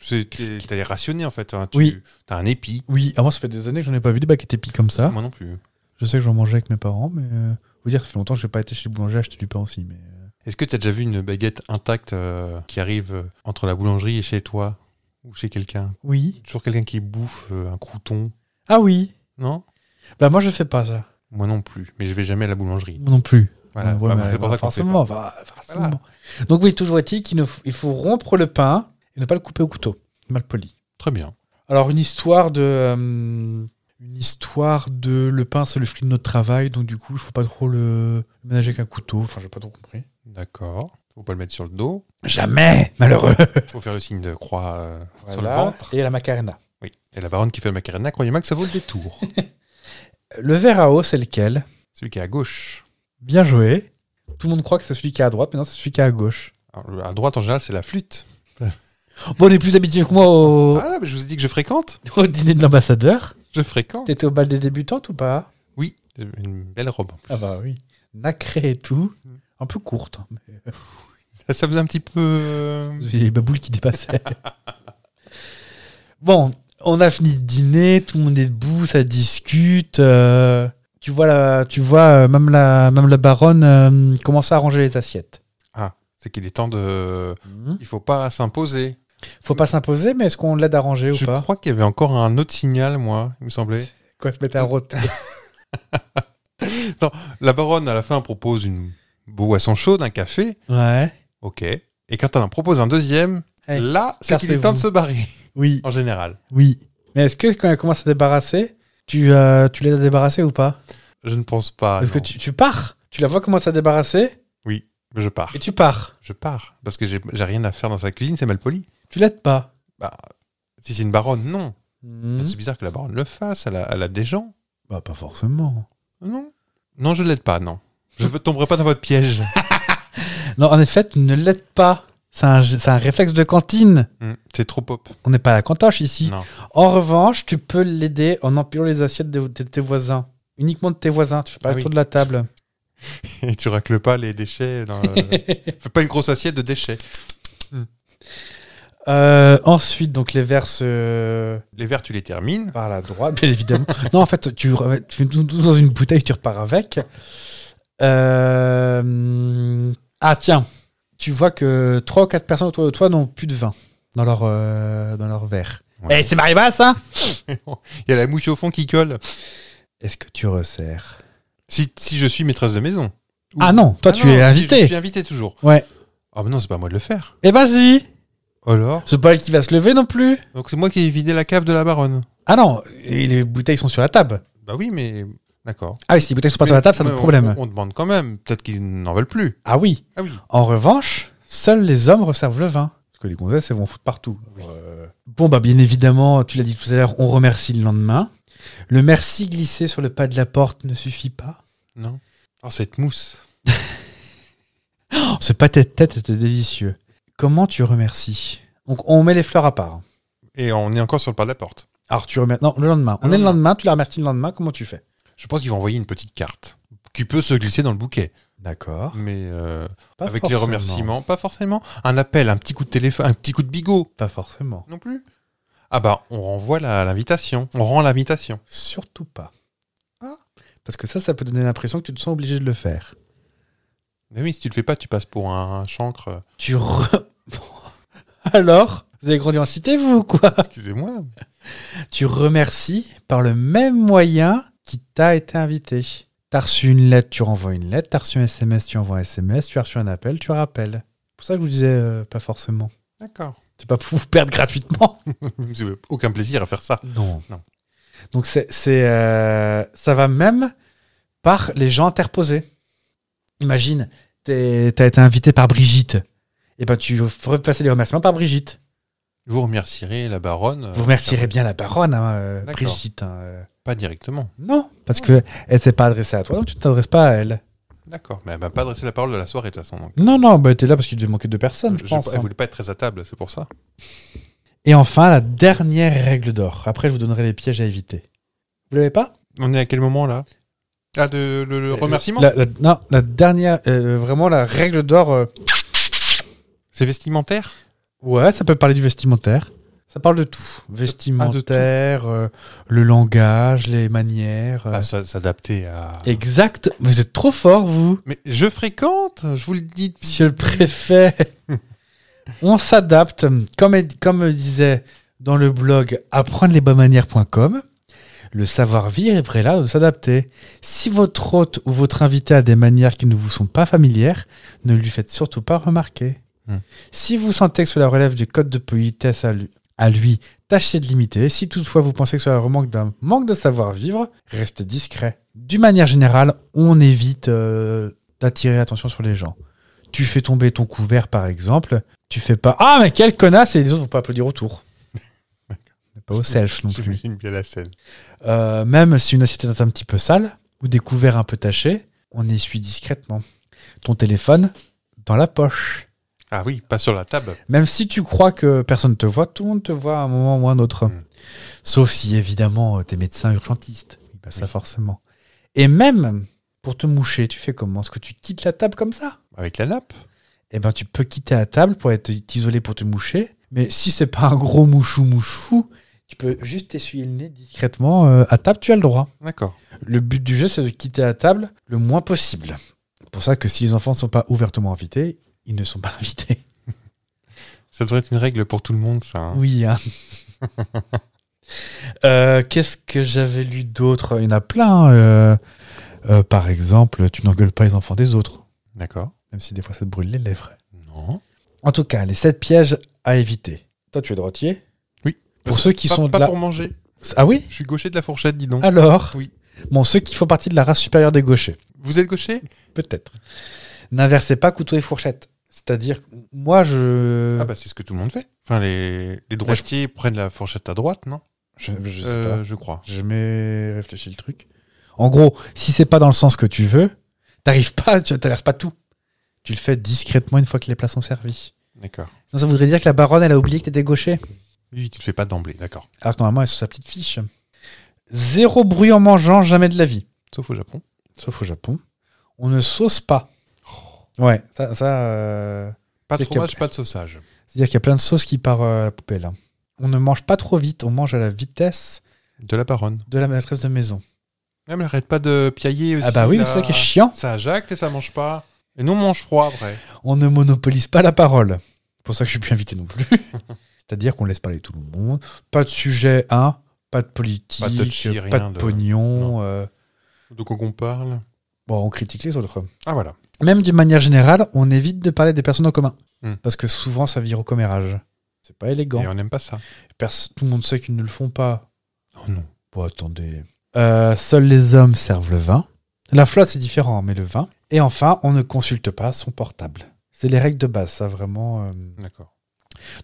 Speaker 3: c'est- t'es- T'as les rationné en fait. hein, tu,
Speaker 1: Oui.
Speaker 3: T'as un épi.
Speaker 1: Oui, ah, moi ça fait des années que j'en ai pas vu des baguettes épi comme ça.
Speaker 3: Moi non plus.
Speaker 1: Je sais que j'en mangeais avec mes parents, mais euh, vous dire, ça fait longtemps que j'ai pas été chez le boulanger acheter du pain aussi. Mais
Speaker 3: Est-ce que t'as déjà vu une baguette intacte euh, qui arrive euh, entre la boulangerie et chez toi Ou chez quelqu'un
Speaker 1: oui.
Speaker 3: Toujours quelqu'un qui bouffe euh, un crouton
Speaker 1: Ah oui.
Speaker 3: Non
Speaker 1: Bah moi je fais pas ça.
Speaker 3: Moi non plus. Mais je vais jamais à la boulangerie.
Speaker 1: Moi non plus.
Speaker 3: Voilà.
Speaker 1: Ouais,
Speaker 3: Bah,
Speaker 1: mais
Speaker 3: c'est pour
Speaker 1: bah,
Speaker 3: ça qu'on fait.
Speaker 1: forcément, bah, forcément. Donc oui, toujours est-il qu'il ne f- il faut rompre le pain et ne pas le couper au couteau. Mal poli.
Speaker 3: Très bien.
Speaker 1: Alors une histoire de... euh, une histoire de le pain, c'est le fruit de notre travail, donc du coup, il faut pas trop le ménager avec un couteau. Enfin, j'ai pas trop compris.
Speaker 3: D'accord. Faut pas le mettre sur le dos.
Speaker 1: Jamais Malheureux
Speaker 3: Faut faire le signe de croix euh, sur le
Speaker 1: Voilà.
Speaker 3: ventre.
Speaker 1: Et la macarena.
Speaker 3: Oui. Et la baronne qui fait le macarena, croyez-moi que ça vaut le détour. (laughs)
Speaker 1: Le verre à eau, c'est lequel
Speaker 3: Celui qui est à gauche.
Speaker 1: Bien joué. Tout le monde croit que c'est celui qui est à droite, mais non, c'est celui qui est à gauche.
Speaker 3: Alors, le- à droite, en général, c'est la flûte.
Speaker 1: Bon, on est plus habitué que moi au, (laughs)
Speaker 3: Ah, mais je vous ai dit que je fréquente.
Speaker 1: au dîner de l'ambassadeur.
Speaker 3: Je fréquente.
Speaker 1: T'étais au bal des débutantes ou pas
Speaker 3: Oui, une belle robe.
Speaker 1: Ah bah oui. Nacré et tout. Un peu courte. hein,
Speaker 3: Ça, ça faisait un petit peu. euh,
Speaker 1: J'ai les baboules qui dépassaient. bon, on a fini de dîner, tout le monde est debout, ça discute. euh, tu vois, la, tu vois euh, même, la, même la baronne euh, commencer à ranger les assiettes.
Speaker 3: Ah, c'est qu'il est temps de. Il faut pas s'imposer.
Speaker 1: Faut pas s'imposer, mais est-ce qu'on l'aide à ranger
Speaker 3: Je
Speaker 1: ou pas
Speaker 3: crois qu'il y avait encore un autre signal, moi, il me semblait.
Speaker 1: Quoi, se mettre à rôter
Speaker 3: La baronne, à la fin, propose une boisson chaude, un café.
Speaker 1: Ouais.
Speaker 3: Ok. Et quand elle en propose un deuxième,
Speaker 1: Hey,
Speaker 3: là, c'est qu'il est temps de
Speaker 1: cassez-vous.
Speaker 3: se barrer, (laughs)
Speaker 1: Oui,
Speaker 3: en général.
Speaker 1: oui. Mais est-ce que quand elle commence à débarrasser, tu, euh, tu l'aides à débarrasser ou pas
Speaker 3: Je ne pense pas.
Speaker 1: Est-ce que
Speaker 3: non.
Speaker 1: tu, tu pars Tu la vois commencer à débarrasser
Speaker 3: Je pars.
Speaker 1: et tu pars.
Speaker 3: Je pars. Parce que j'ai j'ai rien à faire dans sa cuisine, c'est mal poli.
Speaker 1: Tu l'aides pas.
Speaker 3: Bah, si c'est une baronne, non.
Speaker 1: Hmm. Mhm.
Speaker 3: C'est bizarre que la baronne le fasse. Elle a, elle a des gens.
Speaker 1: Bah, pas forcément.
Speaker 3: Non. Non, je l'aide pas, non. Je ne tomberai pas dans
Speaker 1: (laughs)
Speaker 3: votre piège.
Speaker 1: Non, en effet, tu ne l'aides pas. C'est un, c'est un réflexe de cantine.
Speaker 3: Hmm, c'est trop pop.
Speaker 1: On n'est pas à la cantoche ici.
Speaker 3: Non.
Speaker 1: En revanche, tu peux l'aider en empilant les assiettes de, de tes voisins. Uniquement de tes voisins. Tu fais pas
Speaker 3: Ah
Speaker 1: le
Speaker 3: oui.
Speaker 1: tour de la table.
Speaker 3: Et tu racles pas les déchets.
Speaker 1: (laughs)
Speaker 3: Dans le- Fais pas une grosse assiette de déchets.
Speaker 1: Euh, ensuite, donc les vers se.
Speaker 3: Les verres, tu les termines.
Speaker 1: par la droite, bien évidemment. (laughs) non, en fait, tu, re- tu mets tout, tout dans une bouteille, tu repars avec. Euh, Ah, tiens. Tu vois que 3 ou 4 personnes autour de toi n'ont plus de vin dans leur, euh, dans leur verre.
Speaker 3: Ouais.
Speaker 1: Eh, c'est Maribas, ça
Speaker 3: Il y a la mouche au fond qui colle.
Speaker 1: Est-ce que tu resserres
Speaker 3: Si, si je suis maîtresse de maison. Ou-
Speaker 1: Ah non, toi
Speaker 3: Ah
Speaker 1: tu
Speaker 3: non,
Speaker 1: es
Speaker 3: si,
Speaker 1: invité.
Speaker 3: Je suis invité toujours.
Speaker 1: Ouais.
Speaker 3: Ah mais non, c'est pas à moi de le faire.
Speaker 1: Et vas-y
Speaker 3: Alors
Speaker 1: C'est pas elle qui va se lever non plus
Speaker 3: Donc c'est moi qui ai vidé la cave de la baronne.
Speaker 1: Ah non, et les bouteilles sont sur la table.
Speaker 3: Bah oui, mais d'accord.
Speaker 1: Ah oui, si les bouteilles sont pas sur la table, c'est
Speaker 3: Mais
Speaker 1: notre
Speaker 3: on-
Speaker 1: problème.
Speaker 3: On, on demande quand même. Peut-être qu'ils n'en veulent plus.
Speaker 1: Ah oui.
Speaker 3: Ah oui.
Speaker 1: En revanche, seuls les hommes resservent le vin. Parce que les gonzesses, elles vont foutre partout. Euh, Bon, bah bien évidemment, tu l'as dit tout à l'heure, on remercie le lendemain. Le merci glissé sur le pas de la porte ne suffit pas.
Speaker 3: Non. Oh cette mousse.
Speaker 1: Oh, ce pâté de tête était délicieux. Comment tu remercies Donc on met les fleurs à part.
Speaker 3: Et on est encore sur le pas de la porte.
Speaker 1: Alors tu remercies... Non, le lendemain. On
Speaker 3: Le
Speaker 1: est le
Speaker 3: lendemain.
Speaker 1: lendemain, tu la remercies le lendemain, comment tu fais
Speaker 3: Je pense qu'ils vont envoyer une petite carte qui peut se glisser dans le bouquet.
Speaker 1: D'accord.
Speaker 3: Mais euh,
Speaker 1: Pas
Speaker 3: avec les
Speaker 1: forcément.
Speaker 3: remerciements, pas forcément. Un appel, un petit coup de téléphone, un petit coup de bigot.
Speaker 1: Pas forcément.
Speaker 3: Non plus. Ah bah on renvoie la- l'invitation. On rend l'invitation.
Speaker 1: Surtout pas. Ah, Parce que ça, ça peut donner l'impression que tu te sens obligé de le faire.
Speaker 3: Mais oui, si tu le fais pas, tu passes pour un,
Speaker 1: (laughs)
Speaker 3: un chancre.
Speaker 1: Tu re- Alors Vous avez grandi en cité, vous, ou quoi
Speaker 3: Excusez-moi.
Speaker 1: Tu remercies par le même moyen qui t'a été invité. T'as reçu une lettre, tu renvoies une lettre. T'as reçu un SMS, tu envoies un SMS. Tu as reçu un appel, tu rappelles. C'est pour ça que je vous disais euh, pas forcément.
Speaker 3: D'accord. (laughs)
Speaker 1: C'est pas pour vous perdre gratuitement.
Speaker 3: Vous avez aucun plaisir à faire ça.
Speaker 1: Non.
Speaker 3: Non.
Speaker 1: Donc c'est, c'est, euh, ça va même par les gens interposés. Imagine, t'es- t'as été invité par Brigitte. Et ben tu ferais passer les remerciements par Brigitte.
Speaker 3: Vous remercierez la baronne. euh,
Speaker 1: Vous remercierez bien la baronne, hein, euh,
Speaker 3: D'accord.
Speaker 1: Brigitte. hein, euh.
Speaker 3: Pas directement.
Speaker 1: Non, parce que elle s'est pas adressée à toi, donc tu ne t'adresses pas à elle.
Speaker 3: D'accord. Mais elle m'a pas adressé la parole de la soirée de toute façon. donc. Euh,
Speaker 1: Non, non, bah, t'es là parce qu'il devait manquer de personnes, je,
Speaker 3: Je-
Speaker 1: pense.
Speaker 3: elle
Speaker 1: hein.
Speaker 3: voulait pas être très à table, c'est pour ça.
Speaker 1: Et enfin, la dernière règle d'or. Après, je vous donnerai les pièges à éviter. Vous l'avez pas
Speaker 3: On est à quel moment là Ah, de, le, le
Speaker 1: Euh,
Speaker 3: remerciement
Speaker 1: la- la- Non, la dernière, euh, vraiment la règle d'or. euh,
Speaker 3: C'est vestimentaire
Speaker 1: Ouais, ça peut parler du vestimentaire. Ça parle de tout.
Speaker 3: Ah,
Speaker 1: Vestimentaire, euh, le langage, les manières. euh.
Speaker 3: Ah, ça- S'adapter à.
Speaker 1: Exact. Vous êtes trop fort, vous,
Speaker 3: Mais je fréquente, je vous le dis. depuis-
Speaker 1: monsieur le préfet. (laughs) On s'adapte, comme, comme disait dans le blog apprendre les bonnes manières.com. Le savoir-vivre est là de s'adapter. Si votre hôte ou votre invité a des manières qui ne vous sont pas familières, ne lui faites surtout pas remarquer.
Speaker 3: Hmm.
Speaker 1: Si vous sentez que cela relève du code de politesse à lui, à lui, tâchez de l'imiter. Si toutefois vous pensez que cela remanque d'un manque de savoir-vivre, restez discret. D'une manière générale, on évite euh, d'attirer l'attention sur les gens. Tu fais tomber ton couvert, par exemple, tu fais pas Ah, mais quelle connasse Et les autres vont pas applaudir autour. pas au self non plus.
Speaker 3: J'imagine bien la scène.
Speaker 1: Euh, même si une assiette est un petit peu sale ou des couverts un peu tachés, on essuie discrètement. ton téléphone dans la poche.
Speaker 3: Ah oui, pas sur la table.
Speaker 1: Même si tu crois que personne te voit, tout le monde te voit à un moment ou à un autre.
Speaker 3: Mm.
Speaker 1: Sauf si, évidemment, euh, t'es médecin urgentiste. Oui, bah, Ça, forcément. Et même pour te moucher, tu fais comment Est-ce que tu quittes la table comme ça
Speaker 3: Avec la nappe.
Speaker 1: eh ben, tu peux quitter la table pour être isolé pour te moucher. Mais si c'est pas un gros mouchou mouchou, tu peux juste t'essuyer le nez discrètement euh, à table, tu as le droit.
Speaker 3: D'accord.
Speaker 1: Le but du jeu, c'est de quitter la table le moins possible. C'est pour ça que si les enfants ne sont pas ouvertement invités, ils ne sont pas (laughs) invités.
Speaker 3: Ça devrait être une règle pour tout le monde, ça. hein.
Speaker 1: Oui, hein. (laughs) Euh, Qu'est-ce que j'avais lu d'autre Il y en a plein. euh, euh, par exemple, tu n'engueules pas les enfants des autres,
Speaker 3: D'accord.
Speaker 1: même si des fois ça te brûle les lèvres.
Speaker 3: Non.
Speaker 1: En tout cas, les sept pièges à éviter. Toi, tu es droitier Pour
Speaker 3: Parce-
Speaker 1: ceux qui
Speaker 3: pas-
Speaker 1: sont de
Speaker 3: Pas
Speaker 1: la-
Speaker 3: pour manger.
Speaker 1: Ah oui
Speaker 3: Je suis gaucher de la fourchette, dis donc.
Speaker 1: Alors
Speaker 3: Oui.
Speaker 1: Bon, ceux qui font partie de la race supérieure des gauchers,
Speaker 3: Vous êtes gaucher
Speaker 1: peut-être. N'inversez pas couteau et fourchette. C'est-à-dire, moi, je.
Speaker 3: Ah bah c'est ce que tout le monde fait. Enfin, les,
Speaker 1: Bah,
Speaker 3: les droitiers prennent la fourchette à droite, non
Speaker 1: je, je sais
Speaker 3: Euh,
Speaker 1: pas.
Speaker 3: Je crois.
Speaker 1: J'ai jamais réfléchi le truc. En gros, si c'est pas dans le sens que tu veux, t'arrives pas, tu traverses pas tout. Tu le fais discrètement une fois que les plats sont servis.
Speaker 3: D'accord.
Speaker 1: Non, ça voudrait dire que la baronne, elle a oublié que t'étais gaucher.
Speaker 3: Oui, tu ne fais pas d'emblée, d'accord.
Speaker 1: Alors que normalement, elle est sur sa petite fiche. Zéro bruit en mangeant, jamais de la vie.
Speaker 3: Sauf au Japon.
Speaker 1: Sauf au Japon. On ne sauce pas. Ouais, ça. ça, euh,
Speaker 3: Pas de
Speaker 1: Quelqu'un-
Speaker 3: fromage, pas de sausage.
Speaker 1: C'est-à-dire qu'il y a plein de sauces qui partent euh, à la poubelle. hein. On ne mange pas trop vite, on mange à la vitesse
Speaker 3: De la baronne.
Speaker 1: de la maîtresse de maison.
Speaker 3: Même, elle arrête pas de piailler aussi.
Speaker 1: ah bah oui,
Speaker 3: là.
Speaker 1: mais c'est ça qui est chiant.
Speaker 3: Ça jacte et ça mange pas. Et nous, on mange froid après.
Speaker 1: On ne monopolise pas la parole. C'est pour ça que je suis plus invité non plus. (laughs) C'est-à-dire qu'on laisse parler tout le monde. Pas de sujet, hein. Pas de politique,
Speaker 3: Pas
Speaker 1: pas
Speaker 3: de
Speaker 1: de,
Speaker 3: touchy, rien de-
Speaker 1: pognon.
Speaker 3: non.
Speaker 1: euh,
Speaker 3: De quoi qu'on parle.
Speaker 1: Bon, on critique les autres.
Speaker 3: Ah voilà.
Speaker 1: Même d'une manière générale, on évite de parler des personnes en commun.
Speaker 3: Hmm.
Speaker 1: Parce que souvent, ça vire au commérage. C'est pas élégant.
Speaker 3: Et on n'aime pas ça.
Speaker 1: Pers- tout le monde sait qu'ils ne le font pas.
Speaker 3: Oh non.
Speaker 1: Bon, attendez. Euh, seuls les hommes servent le vin. La flotte, c'est différent, hein, mais le vin. Et enfin, on ne consulte pas son portable. C'est les règles de base, ça vraiment. euh.
Speaker 3: D'accord.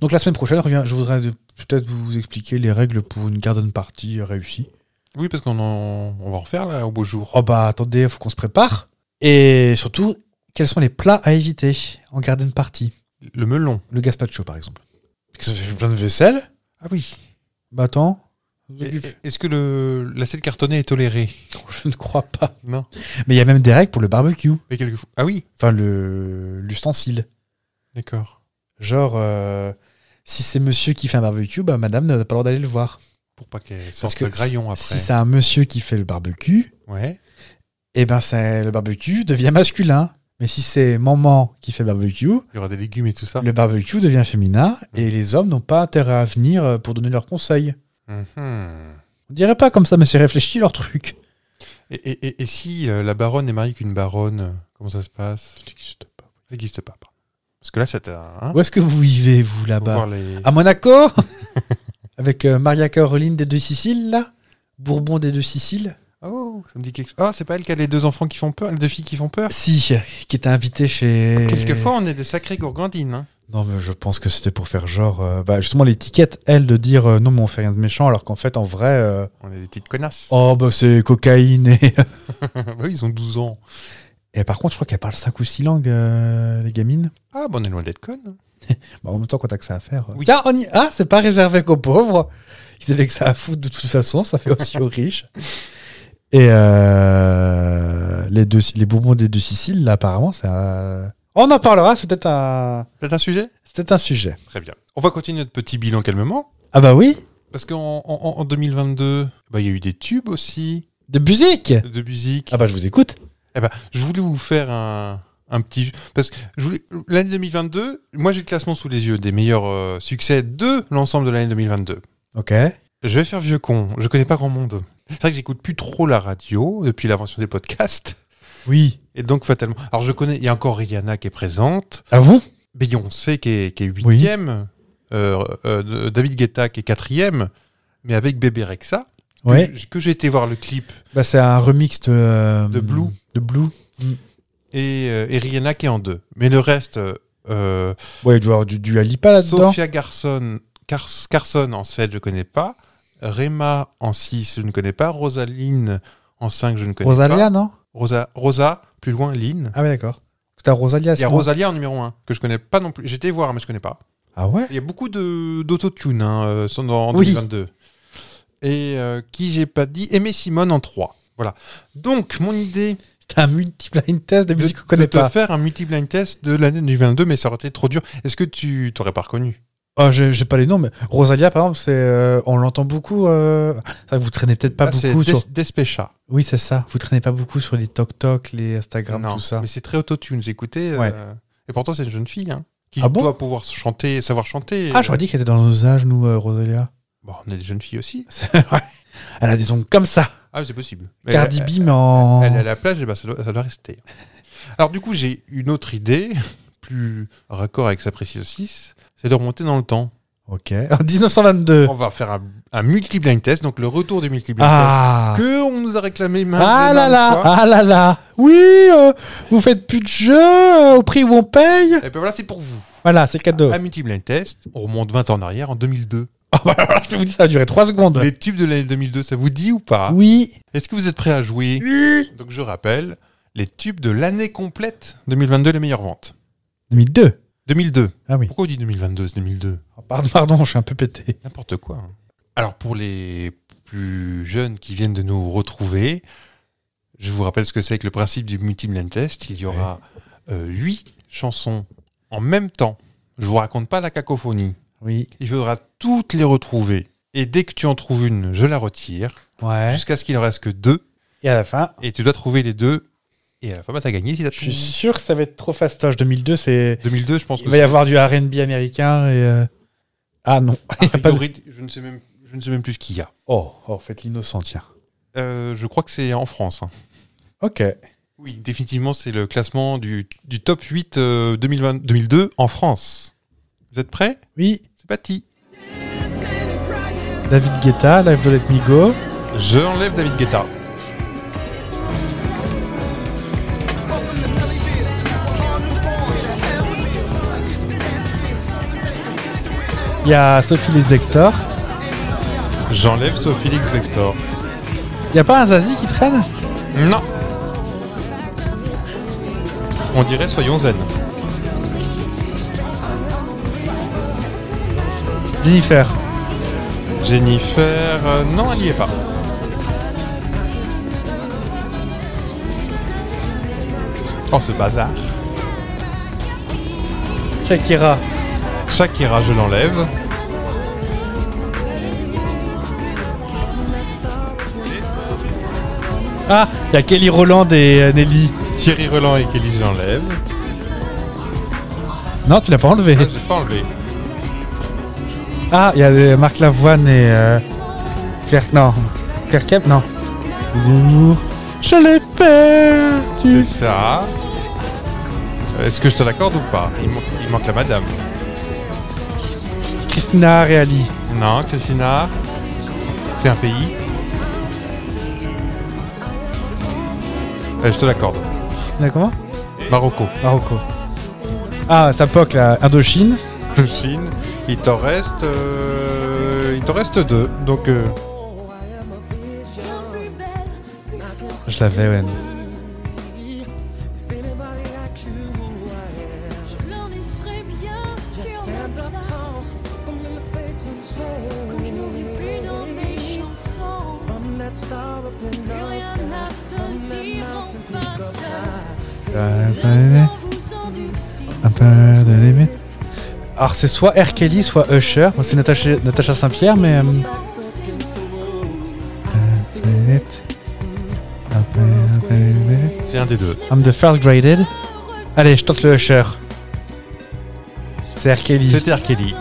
Speaker 1: Donc la semaine prochaine, je reviens- je voudrais de- peut-être vous expliquer les règles pour une garden party réussie.
Speaker 3: Oui, parce qu'on en- on va en faire là au beau jour.
Speaker 1: Oh bah attendez, faut qu'on se prépare. Et surtout, quels sont les plats à éviter en garden party
Speaker 3: Le melon.
Speaker 1: Le gazpacho, par exemple. Parce que ça fait plein de vaisselle.
Speaker 3: Ah oui.
Speaker 1: Bah attends.
Speaker 3: Et- et- Est-ce que le l'assiette cartonnée est tolérée
Speaker 1: (laughs) Je ne crois pas.
Speaker 3: Non.
Speaker 1: Mais il y a même des règles pour le barbecue.
Speaker 3: Mais quelquefois. Ah oui.
Speaker 1: Enfin, le- l'ustensile.
Speaker 3: D'accord.
Speaker 1: Genre, euh, si c'est monsieur qui fait un barbecue, bah, madame n'a pas le droit d'aller le voir.
Speaker 3: Pour pas qu'elle sorte le graillon après.
Speaker 1: si c'est un monsieur qui fait le barbecue,
Speaker 3: Ouais.
Speaker 1: eh ben c'est le barbecue devient masculin. Mais si c'est maman qui fait le barbecue,
Speaker 3: Il y aura des légumes et tout ça.
Speaker 1: le barbecue devient féminin
Speaker 3: Ah.
Speaker 1: et les hommes n'ont pas intérêt à venir euh, pour donner leurs conseils.
Speaker 3: Mhm.
Speaker 1: On dirait pas comme ça, mais c'est réfléchi leur truc.
Speaker 3: Et, et- et- et si euh, la baronne est mariée qu'une baronne, euh, comment ça se passe Ça n'existe pas. Ça n'existe pas, pardon. Parce que là, c'est un. hein,
Speaker 1: Où est-ce que vous vivez, vous,
Speaker 3: faut
Speaker 1: là-bas Ah.
Speaker 3: voir les-
Speaker 1: À
Speaker 3: (laughs)
Speaker 1: Monaco Avec euh, Maria Caroline des deux Siciles, là Bourbon des deux Siciles
Speaker 3: Oh, ça me dit quelque chose. Ah, c'est pas elle qui a les deux enfants qui font peur, les deux filles qui font peur
Speaker 1: Si, qui était invité chez...
Speaker 3: Ah. Quelquefois, on est des sacrées gourgandines. hein.
Speaker 1: Non, mais je pense que c'était pour faire genre. euh, bah, justement, l'étiquette, elle, de dire euh, non, mais on fait rien de méchant, alors qu'en fait, en vrai, euh,
Speaker 3: On est des petites connasses.
Speaker 1: oh, bah c'est cocaïne. Et...
Speaker 3: Bah (laughs) oui, ils ont 12 ans.
Speaker 1: et par contre, je crois qu'elle parle 5 ou 6 langues, euh, les gamines.
Speaker 3: Ah, bah on est loin d'être connes.
Speaker 1: Bah, en même temps, quand t'as que ça à faire. euh.
Speaker 3: Oui.
Speaker 1: Tiens, on y- Ah, c'est pas réservé qu'aux pauvres. Ils avaient que ça à foutre de toute façon, ça fait aussi aux
Speaker 3: (laughs)
Speaker 1: riches. Et euh, les, deux, les bourbons des deux Siciles, là, apparemment, c'est un- On en parlera, c'est peut-être un...
Speaker 3: C'est un sujet
Speaker 1: c'est peut-être un sujet.
Speaker 3: Très bien. On va continuer notre petit bilan calmement.
Speaker 1: Ah, bah oui,
Speaker 3: Parce qu'en en, en- en 2022, bah, il y a eu des tubes aussi,
Speaker 1: de musique.
Speaker 3: de musique.
Speaker 1: Ah, bah je vous écoute.
Speaker 3: Eh ben, je voulais vous faire un, un petit. Parce que je voulais- l'année 2022, moi j'ai le classement sous les yeux des meilleurs euh, succès de l'ensemble de l'année 2022.
Speaker 1: Ok.
Speaker 3: Je vais faire vieux con, je connais pas grand monde. C'est vrai que j'écoute plus trop la radio depuis l'invention des podcasts.
Speaker 1: Oui.
Speaker 3: Et donc fatalement. Alors je connais, il y a encore Rihanna qui est présente,
Speaker 1: Ah bon
Speaker 3: Beyoncé qui est, qui est huitième, euh, euh, David Guetta qui est quatrième, mais avec Bébé Rexa. que
Speaker 1: Ouais.
Speaker 3: j- Que j'ai été voir le clip
Speaker 1: Bah, c'est un remix de, euh,
Speaker 3: Mm. De Blue.
Speaker 1: De Blue.
Speaker 3: et, euh, et Rihanna qui est en deux. Mais le reste, euh, euh,
Speaker 1: Ouais, il doit y avoir du, du Alipa là-dedans.
Speaker 3: Sophia Garson, Cars- Carson en 7, je ne connais pas. Rema en 6, je ne connais pas. Rosaline en 5, je ne connais
Speaker 1: Rosalia,
Speaker 3: pas.
Speaker 1: non
Speaker 3: Rosa, Rosa, plus loin, Lynn.
Speaker 1: Ah, ouais, d'accord. t'as Rosalia. à
Speaker 3: Il y
Speaker 1: ce
Speaker 3: a
Speaker 1: moment.
Speaker 3: Rosalia en numéro 1, que je connais pas non plus. J'étais voir, mais je connais pas.
Speaker 1: Ah ouais
Speaker 3: Il y a beaucoup de- d'autotune hein, euh, sont dans- en
Speaker 1: Oui.
Speaker 3: 2022. Et euh, qui j'ai pas dit Aimé Simone en 3. Voilà. Donc, mon idée
Speaker 1: C'était un multiple test de
Speaker 3: de,
Speaker 1: musique qu'on connaît
Speaker 3: de te
Speaker 1: pas.
Speaker 3: faire un multi-blind test de l'année 2022, mais ça aurait été trop dur. Est-ce que tu t'aurais pas reconnu
Speaker 1: Ah, j'ai j'ai pas les noms, mais Rosalia, par exemple, c'est, euh, on l'entend beaucoup. euh, c'est vrai que vous traînez peut-être pas
Speaker 3: Là, Ah, c'est
Speaker 1: beaucoup sur.
Speaker 3: Des- Despecha.
Speaker 1: Oui, c'est ça. Vous traînez pas beaucoup sur les TokTok, les Instagram,
Speaker 3: Non,
Speaker 1: tout ça.
Speaker 3: mais c'est très autotune. J'ai écouté. euh,
Speaker 1: Ouais.
Speaker 3: et pourtant, c'est une jeune fille hein, qui
Speaker 1: Ah bon
Speaker 3: doit pouvoir chanter, savoir chanter.
Speaker 1: Ah, j'aurais dit qu'elle était dans nos âges, nous, euh, Rosalia. (laughs)
Speaker 3: Bon, on est des jeunes filles aussi.
Speaker 1: C'est vrai. Elle a des ongles comme ça.
Speaker 3: Ah, mais c'est possible.
Speaker 1: Cardi
Speaker 3: Elle-
Speaker 1: B, mais en.
Speaker 3: elle est à la plage, et ben ça, doit, ça doit rester. (laughs) Alors du coup, j'ai une autre idée, (laughs) plus raccord avec sa précise 6, c'est de remonter dans le temps.
Speaker 1: Ok. En 1922.
Speaker 3: On va faire un, un multi-blind test, donc le retour du multi-blind
Speaker 1: Ah.
Speaker 3: test que on nous a réclamé maintes
Speaker 1: Ah
Speaker 3: et
Speaker 1: là
Speaker 3: maintes
Speaker 1: là,
Speaker 3: fois.
Speaker 1: ah là là. Oui, euh, vous faites plus de jeux euh, au prix où on paye.
Speaker 3: Et ben voilà, c'est pour vous.
Speaker 1: Voilà, c'est cadeau.
Speaker 3: Un multi-blind test, on remonte 20 ans en arrière, en 2002.
Speaker 1: je peux vous dire, ça a duré 3 secondes.
Speaker 3: Les tubes de l'année 2002, ça vous dit ou pas
Speaker 1: Oui.
Speaker 3: Est-ce que vous êtes prêts à jouer Donc je rappelle, les tubes de l'année complète 2022, les meilleures ventes.
Speaker 1: 2002.
Speaker 3: 2002.
Speaker 1: Ah oui.
Speaker 3: Pourquoi on dit 2022 C'est 2002.
Speaker 1: Oh, Pardon, (laughs) pardon, je suis un peu pété.
Speaker 3: N'importe quoi. hein. Alors pour les plus jeunes qui viennent de nous retrouver, je vous rappelle ce que c'est que le principe du multi-blind test. Il y aura euh, huit chansons en même temps. Je vous raconte pas la cacophonie.
Speaker 1: Oui.
Speaker 3: Il faudra toutes les retrouver. Et dès que tu en trouves une, je la retire.
Speaker 1: Ouais.
Speaker 3: Jusqu'à ce qu'il en reste que deux.
Speaker 1: Et à la fin,
Speaker 3: Et tu dois trouver les deux. Et à la fin, bah, t'as gagné si t'as
Speaker 1: je suis
Speaker 3: trouvé.
Speaker 1: sûr que ça va être trop fastoche. 2002, c'est.
Speaker 3: 2002, je pense que
Speaker 1: Il va y avoir du RB américain et. euh, Ah non. Il y
Speaker 3: (laughs)
Speaker 1: a
Speaker 3: c'est-
Speaker 1: pas de-
Speaker 3: Rigorid- je, ne sais même, je ne sais même plus ce qu'il y a.
Speaker 1: Oh, oh, faites l'innocent, tiens.
Speaker 3: Euh, je crois que c'est en France. hein.
Speaker 1: Ok.
Speaker 3: Oui, définitivement, c'est le classement du, du top 8 euh, 2020 2002 en France. Vous êtes prêts
Speaker 1: Oui.
Speaker 3: C'est parti.
Speaker 1: David Guetta, Live de Let Me Go.
Speaker 3: Je enlève David Guetta.
Speaker 1: Il y a Sophie Liz Dexter.
Speaker 3: J'enlève Sophie Lix Bextor.
Speaker 1: Il y a pas un Zazie qui traîne
Speaker 3: Non On dirait soyons zen.
Speaker 1: Jennifer.
Speaker 3: Jennifer, euh, non, elle n'y est pas. Oh, ce bazar.
Speaker 1: Shakira.
Speaker 3: Shakira, je l'enlève.
Speaker 1: Ah, il y a Kelly Roland et euh, Nelly.
Speaker 3: Thierry Roland et Kelly, je l'enlève.
Speaker 1: Non, tu l'as pas enlevé.
Speaker 3: Ah, je l'ai pas enlevé.
Speaker 1: Ah, il y a euh, Marc Lavoine et euh, Claire. Non. Claire Kemp, non. Bonjour. Je l'ai
Speaker 3: C'est
Speaker 1: perdu.
Speaker 3: ça. Euh, Est-ce que je te l'accorde ou pas il, manque- il manque la madame.
Speaker 1: Christina Reali.
Speaker 3: Non, Christina, c'est un pays. Euh, je te l'accorde.
Speaker 1: Christina comment
Speaker 3: Marocco.
Speaker 1: Marocco. Ah, ça poque là. Indochine.
Speaker 3: Chine. Il t'en reste... euh, il t'en reste deux. Donc, euh,
Speaker 1: Je l'avais, ouais. Un peu de limite. Alors, c'est soit R. Kelly, soit Usher. Moi, c'est Natacha, Natacha Saint-Pierre, mais. euh,
Speaker 3: c'est un des deux.
Speaker 1: I'm the first graded. Allez, je tente le Usher. C'est R. Kelly.
Speaker 3: C'était R. Kelly.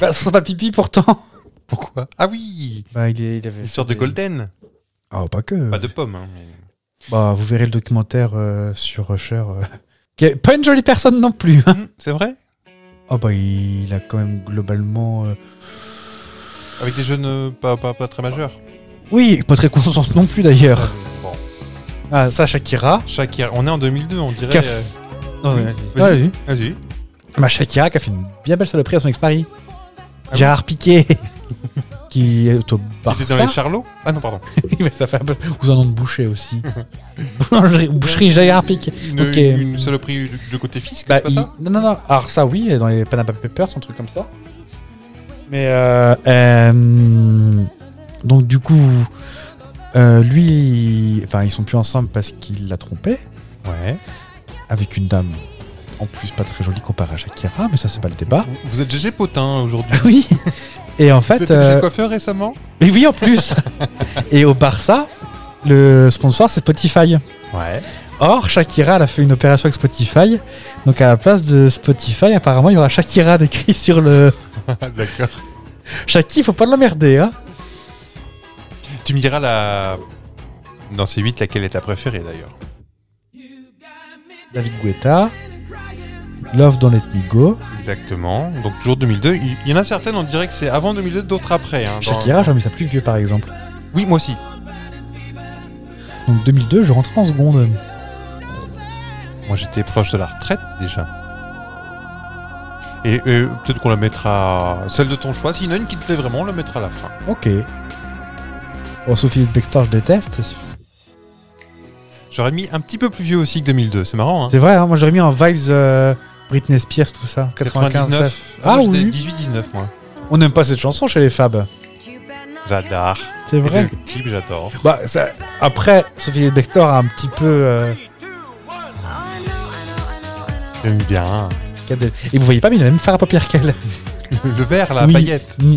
Speaker 1: Bah, ce sera pas pipi pourtant.
Speaker 3: Pourquoi Ah oui Euh,
Speaker 1: Bah, il, est- il avait.
Speaker 3: Une sorte de Golden.
Speaker 1: Ah, pas que.
Speaker 3: Pas de pomme. hein, mais-
Speaker 1: Bah, vous verrez le documentaire euh, sur Usher. euh, qui est Pas une jolie personne non plus. hein.
Speaker 3: (laughs) Hmm, c'est vrai
Speaker 1: Oh, bah, il a quand même globalement. euh,
Speaker 3: Avec des jeunes euh, pas, pas, pas très majeurs.
Speaker 1: Oui, pas très conscience non plus d'ailleurs.
Speaker 3: Bon.
Speaker 1: Ah, ça, Shakira.
Speaker 3: Shakira, on est en 2002, on dirait...
Speaker 1: Caf-
Speaker 3: euh,
Speaker 1: Non,
Speaker 3: Oui,
Speaker 1: vas-y.
Speaker 3: vas-y.
Speaker 1: Ouais, vas-y.
Speaker 3: Vas-y.
Speaker 1: Bah, Shakira qui a fait une bien belle saloperie à son ex-mari.
Speaker 3: (laughs) Ah
Speaker 1: Gérard Piquet. qui est au
Speaker 3: C'était dans les
Speaker 1: (laughs) Barça.
Speaker 3: Charlots Ah non, pardon.
Speaker 1: Mais ça fait un peu... Ou un nom de boucher
Speaker 3: (laughs)
Speaker 1: aussi. Boulangerie, boucherie géographique.
Speaker 3: Une,
Speaker 1: Ok.
Speaker 3: une saloperie de de côté fisc,
Speaker 1: Bah,
Speaker 3: c'est pas
Speaker 1: il-
Speaker 3: ça
Speaker 1: Non, non, non. Alors ça, oui, dans les Panama Papers, un truc comme ça. Mais euh, euh, donc du coup, euh, lui, enfin, ils sont plus ensemble parce qu'il l'a trompé
Speaker 3: Ouais.
Speaker 1: avec une dame. En plus, pas très jolie comparée à Shakira, mais ça c'est pas le débat. (laughs)
Speaker 3: Vous- Vous êtes GG Potin aujourd'hui.
Speaker 1: Oui. Et en
Speaker 3: Vous
Speaker 1: fait,
Speaker 3: êtes allé chez
Speaker 1: euh,
Speaker 3: le coiffeur récemment
Speaker 1: mais oui, en
Speaker 3: (laughs)
Speaker 1: plus. Et au Barça, le sponsor c'est Spotify.
Speaker 3: Ouais.
Speaker 1: Or, Shakira, elle a fait une opération avec Spotify. Donc, à la place de Spotify, apparemment, il y aura Shakira (laughs) décrit sur le.
Speaker 3: (laughs) D'accord.
Speaker 1: Shaki, faut pas l'emmerder, hein.
Speaker 3: Tu me diras la. Dans ces 8, laquelle est ta préférée d'ailleurs
Speaker 1: David Guetta, Love Don't Let Me Go,
Speaker 3: Exactement. Donc toujours 2002. Il il y en a certaines, on dirait que c'est avant 2002, d'autres après. hein, dans-
Speaker 1: Shakira, j'ai mis ça plus vieux par exemple.
Speaker 3: Oui, moi aussi.
Speaker 1: Donc 2002, je rentre en seconde.
Speaker 3: Moi j'étais proche de la retraite déjà. Et, et peut-être qu'on la mettra. Celle de ton choix. S'il y en a une qui te plaît vraiment, on la mettra à la fin.
Speaker 1: Ok. Oh, Sophie Baxter, je déteste.
Speaker 3: J'aurais mis un petit peu plus vieux aussi que 2002. C'est marrant, hein
Speaker 1: C'est vrai, hein, moi j'aurais mis en vibes euh, Britney Spears, tout ça. 95. ça.
Speaker 3: Ah,
Speaker 1: Ah
Speaker 3: oui.
Speaker 1: oui.
Speaker 3: 18-19, moi.
Speaker 1: On n'aime pas cette chanson chez les Fab.
Speaker 3: J'adore.
Speaker 1: C'est
Speaker 3: Et
Speaker 1: vrai.
Speaker 3: Le clip, j'adore.
Speaker 1: Bah, ça- Après, Sophie Baxter a un petit peu. euh,
Speaker 3: J'aime bien. (laughs)
Speaker 1: qu'elle dé- Et vous voyez pas, mais il a même faire à paupières qu'elle.
Speaker 3: Le vert, la
Speaker 1: Oui.
Speaker 3: paillette.
Speaker 1: Mm.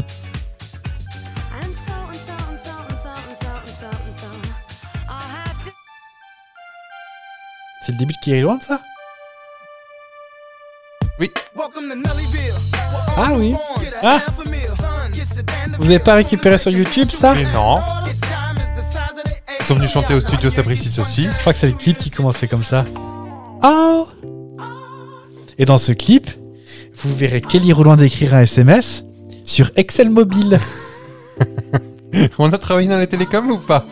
Speaker 1: C'est le début de Kiri Loin, ça
Speaker 4: Ah oui.
Speaker 1: Ah. Vous avez pas récupéré sur YouTube, ça
Speaker 3: Et non. Ils sont venus chanter au studio Sapristi Saucisse.
Speaker 1: (laughs) Je crois que c'est le clip qui commençait comme ça. Oh Et dans ce clip, vous verrez Kelly Roulant d'écrire un SMS sur Excel Mobile. (laughs)
Speaker 3: On a travaillé dans les télécoms ou pas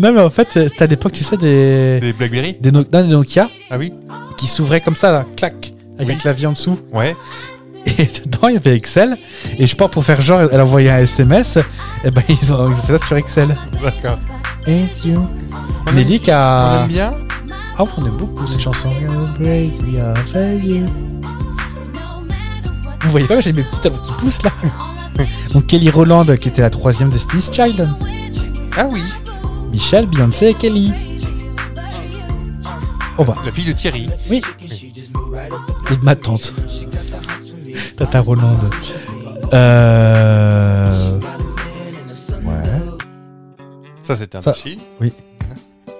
Speaker 1: non mais en fait, c'était à l'époque, tu sais, des,
Speaker 3: Des Blackberry
Speaker 1: des, No- non, des Nokia
Speaker 3: Ah oui
Speaker 1: qui s'ouvraient comme ça, là, clac, avec
Speaker 3: Oui.
Speaker 1: un clavier en dessous.
Speaker 3: Ouais.
Speaker 1: Et (laughs) dedans, il y avait Excel. Et je pense pour faire genre, elle envoyait un SMS. Et ben, ils ont, ils ont fait ça sur Excel.
Speaker 3: D'accord.
Speaker 1: It's you.
Speaker 3: On aime,
Speaker 1: Nelly qui
Speaker 3: on
Speaker 1: a...
Speaker 3: aime bien
Speaker 1: Ah, on aime beaucoup cette chanson. Vous voyez pas, mais j'ai mes petites avant qui poussent là. Donc Kelly Roland, qui était la troisième de Destiny's Child.
Speaker 3: Ah oui.
Speaker 1: Michel, Beyoncé et Kelly. Oh bah,
Speaker 3: La fille de Thierry.
Speaker 1: oui. Et de ma tante. Tata Roland. Euh. Ouais.
Speaker 3: Ça, c'était un
Speaker 1: Ça-
Speaker 3: petit.
Speaker 1: Donc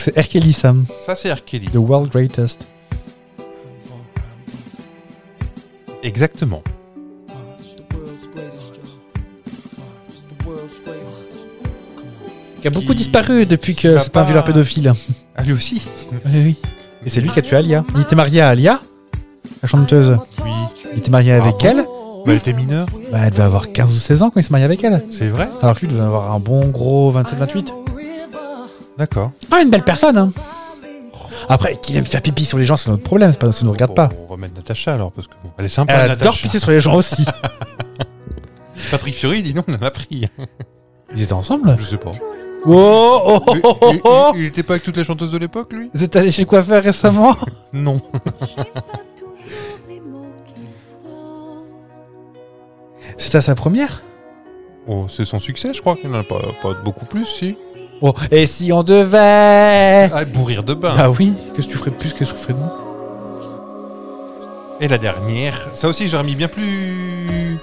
Speaker 1: c'est R. Kelly, Sam.
Speaker 3: Ça, c'est R. Kelly.
Speaker 1: The World Greatest.
Speaker 3: Exactement.
Speaker 1: Qui a beaucoup disparu depuis que
Speaker 3: Papa-
Speaker 1: c'est un violeur pédophile.
Speaker 3: Ah, lui aussi
Speaker 1: Oui, oui. Et c'est lui qui a tué Alia. Il était marié à Alia, la chanteuse.
Speaker 3: Oui.
Speaker 1: Il était marié avec
Speaker 3: Ah bon
Speaker 1: elle.
Speaker 3: Bah, elle était mineure.
Speaker 1: Bah, elle devait avoir 15 ou 16 ans quand il s'est marié avec elle.
Speaker 3: C'est vrai
Speaker 1: Alors que lui devait avoir un bon gros 27-28.
Speaker 3: D'accord.
Speaker 1: Ah, une belle personne, hein. Après, qu'il aime faire pipi sur les gens, c'est notre problème, c'est pas, ça nous regarde pas.
Speaker 3: Bon, On va mettre Natacha alors, parce que bon, elle est sympa,
Speaker 1: Elle adore
Speaker 3: Natacha.
Speaker 1: pisser sur les gens aussi.
Speaker 3: Patrick Fury, dis non, on en a pris.
Speaker 1: Ils étaient ensemble
Speaker 3: Je sais pas.
Speaker 1: Oh, oh, oh,
Speaker 3: Il,
Speaker 1: oh, oh, oh.
Speaker 3: il- il était pas avec toutes les chanteuses de l'époque, lui
Speaker 1: Vous êtes allé chez le coiffeur
Speaker 3: (laughs)
Speaker 1: récemment
Speaker 3: Non.
Speaker 1: C'était à sa première
Speaker 3: Oh, c'est son succès, je crois qu'il n'en a pas, pas beaucoup plus, si.
Speaker 1: Oh, et si on devait
Speaker 3: Ah, bourrir de bain.
Speaker 1: Bah oui, qu'est-ce que tu ferais de plus que souffrir de nous
Speaker 3: Et la dernière, ça aussi j'aurais mis bien plus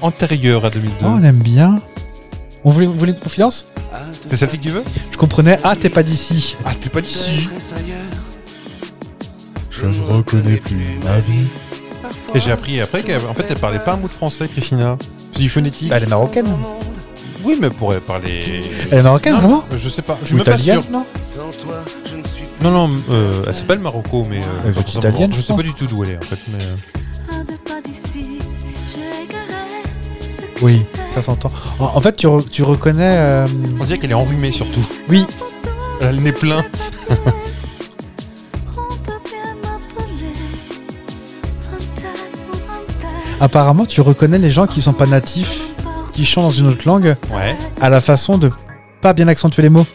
Speaker 3: antérieure à 2002.
Speaker 1: Ah, on aime bien. On voulait, vous voulez une confidence
Speaker 3: c'est celle-ci que tu veux
Speaker 1: Je comprenais, ah, t'es pas d'ici.
Speaker 3: Ah, t'es pas d'ici.
Speaker 5: Je ne reconnais plus ma vie.
Speaker 3: Et j'ai appris après qu'en fait elle parlait pas un mot de français, Christina. C'est du phonétique.
Speaker 1: Bah, elle est marocaine.
Speaker 3: Oui, mais elle pourrait parler.
Speaker 1: Elle est marocaine,
Speaker 3: Non, euh,
Speaker 1: vraiment
Speaker 3: Je sais pas, je suis
Speaker 1: Ou
Speaker 3: même pas
Speaker 1: italienne,
Speaker 3: sûr.
Speaker 1: non
Speaker 3: Non, non, euh, elle s'appelle Marocco, mais. euh, pas
Speaker 1: est
Speaker 3: forcément
Speaker 1: italienne,
Speaker 3: marocaine. Je
Speaker 1: je
Speaker 3: sais pas
Speaker 1: pense.
Speaker 3: du tout d'où elle est en fait, mais. euh,
Speaker 1: Oui, ça s'entend. En, en fait, tu, re- tu reconnais. euh,
Speaker 3: On dirait qu'elle est enrhumée surtout.
Speaker 1: Oui,
Speaker 3: Elle a le
Speaker 1: (laughs)
Speaker 3: nez plein.
Speaker 1: Apparemment, tu reconnais les gens qui sont pas natifs, qui chantent dans une autre langue,
Speaker 3: Ouais.
Speaker 1: à la façon de pas bien accentuer les mots.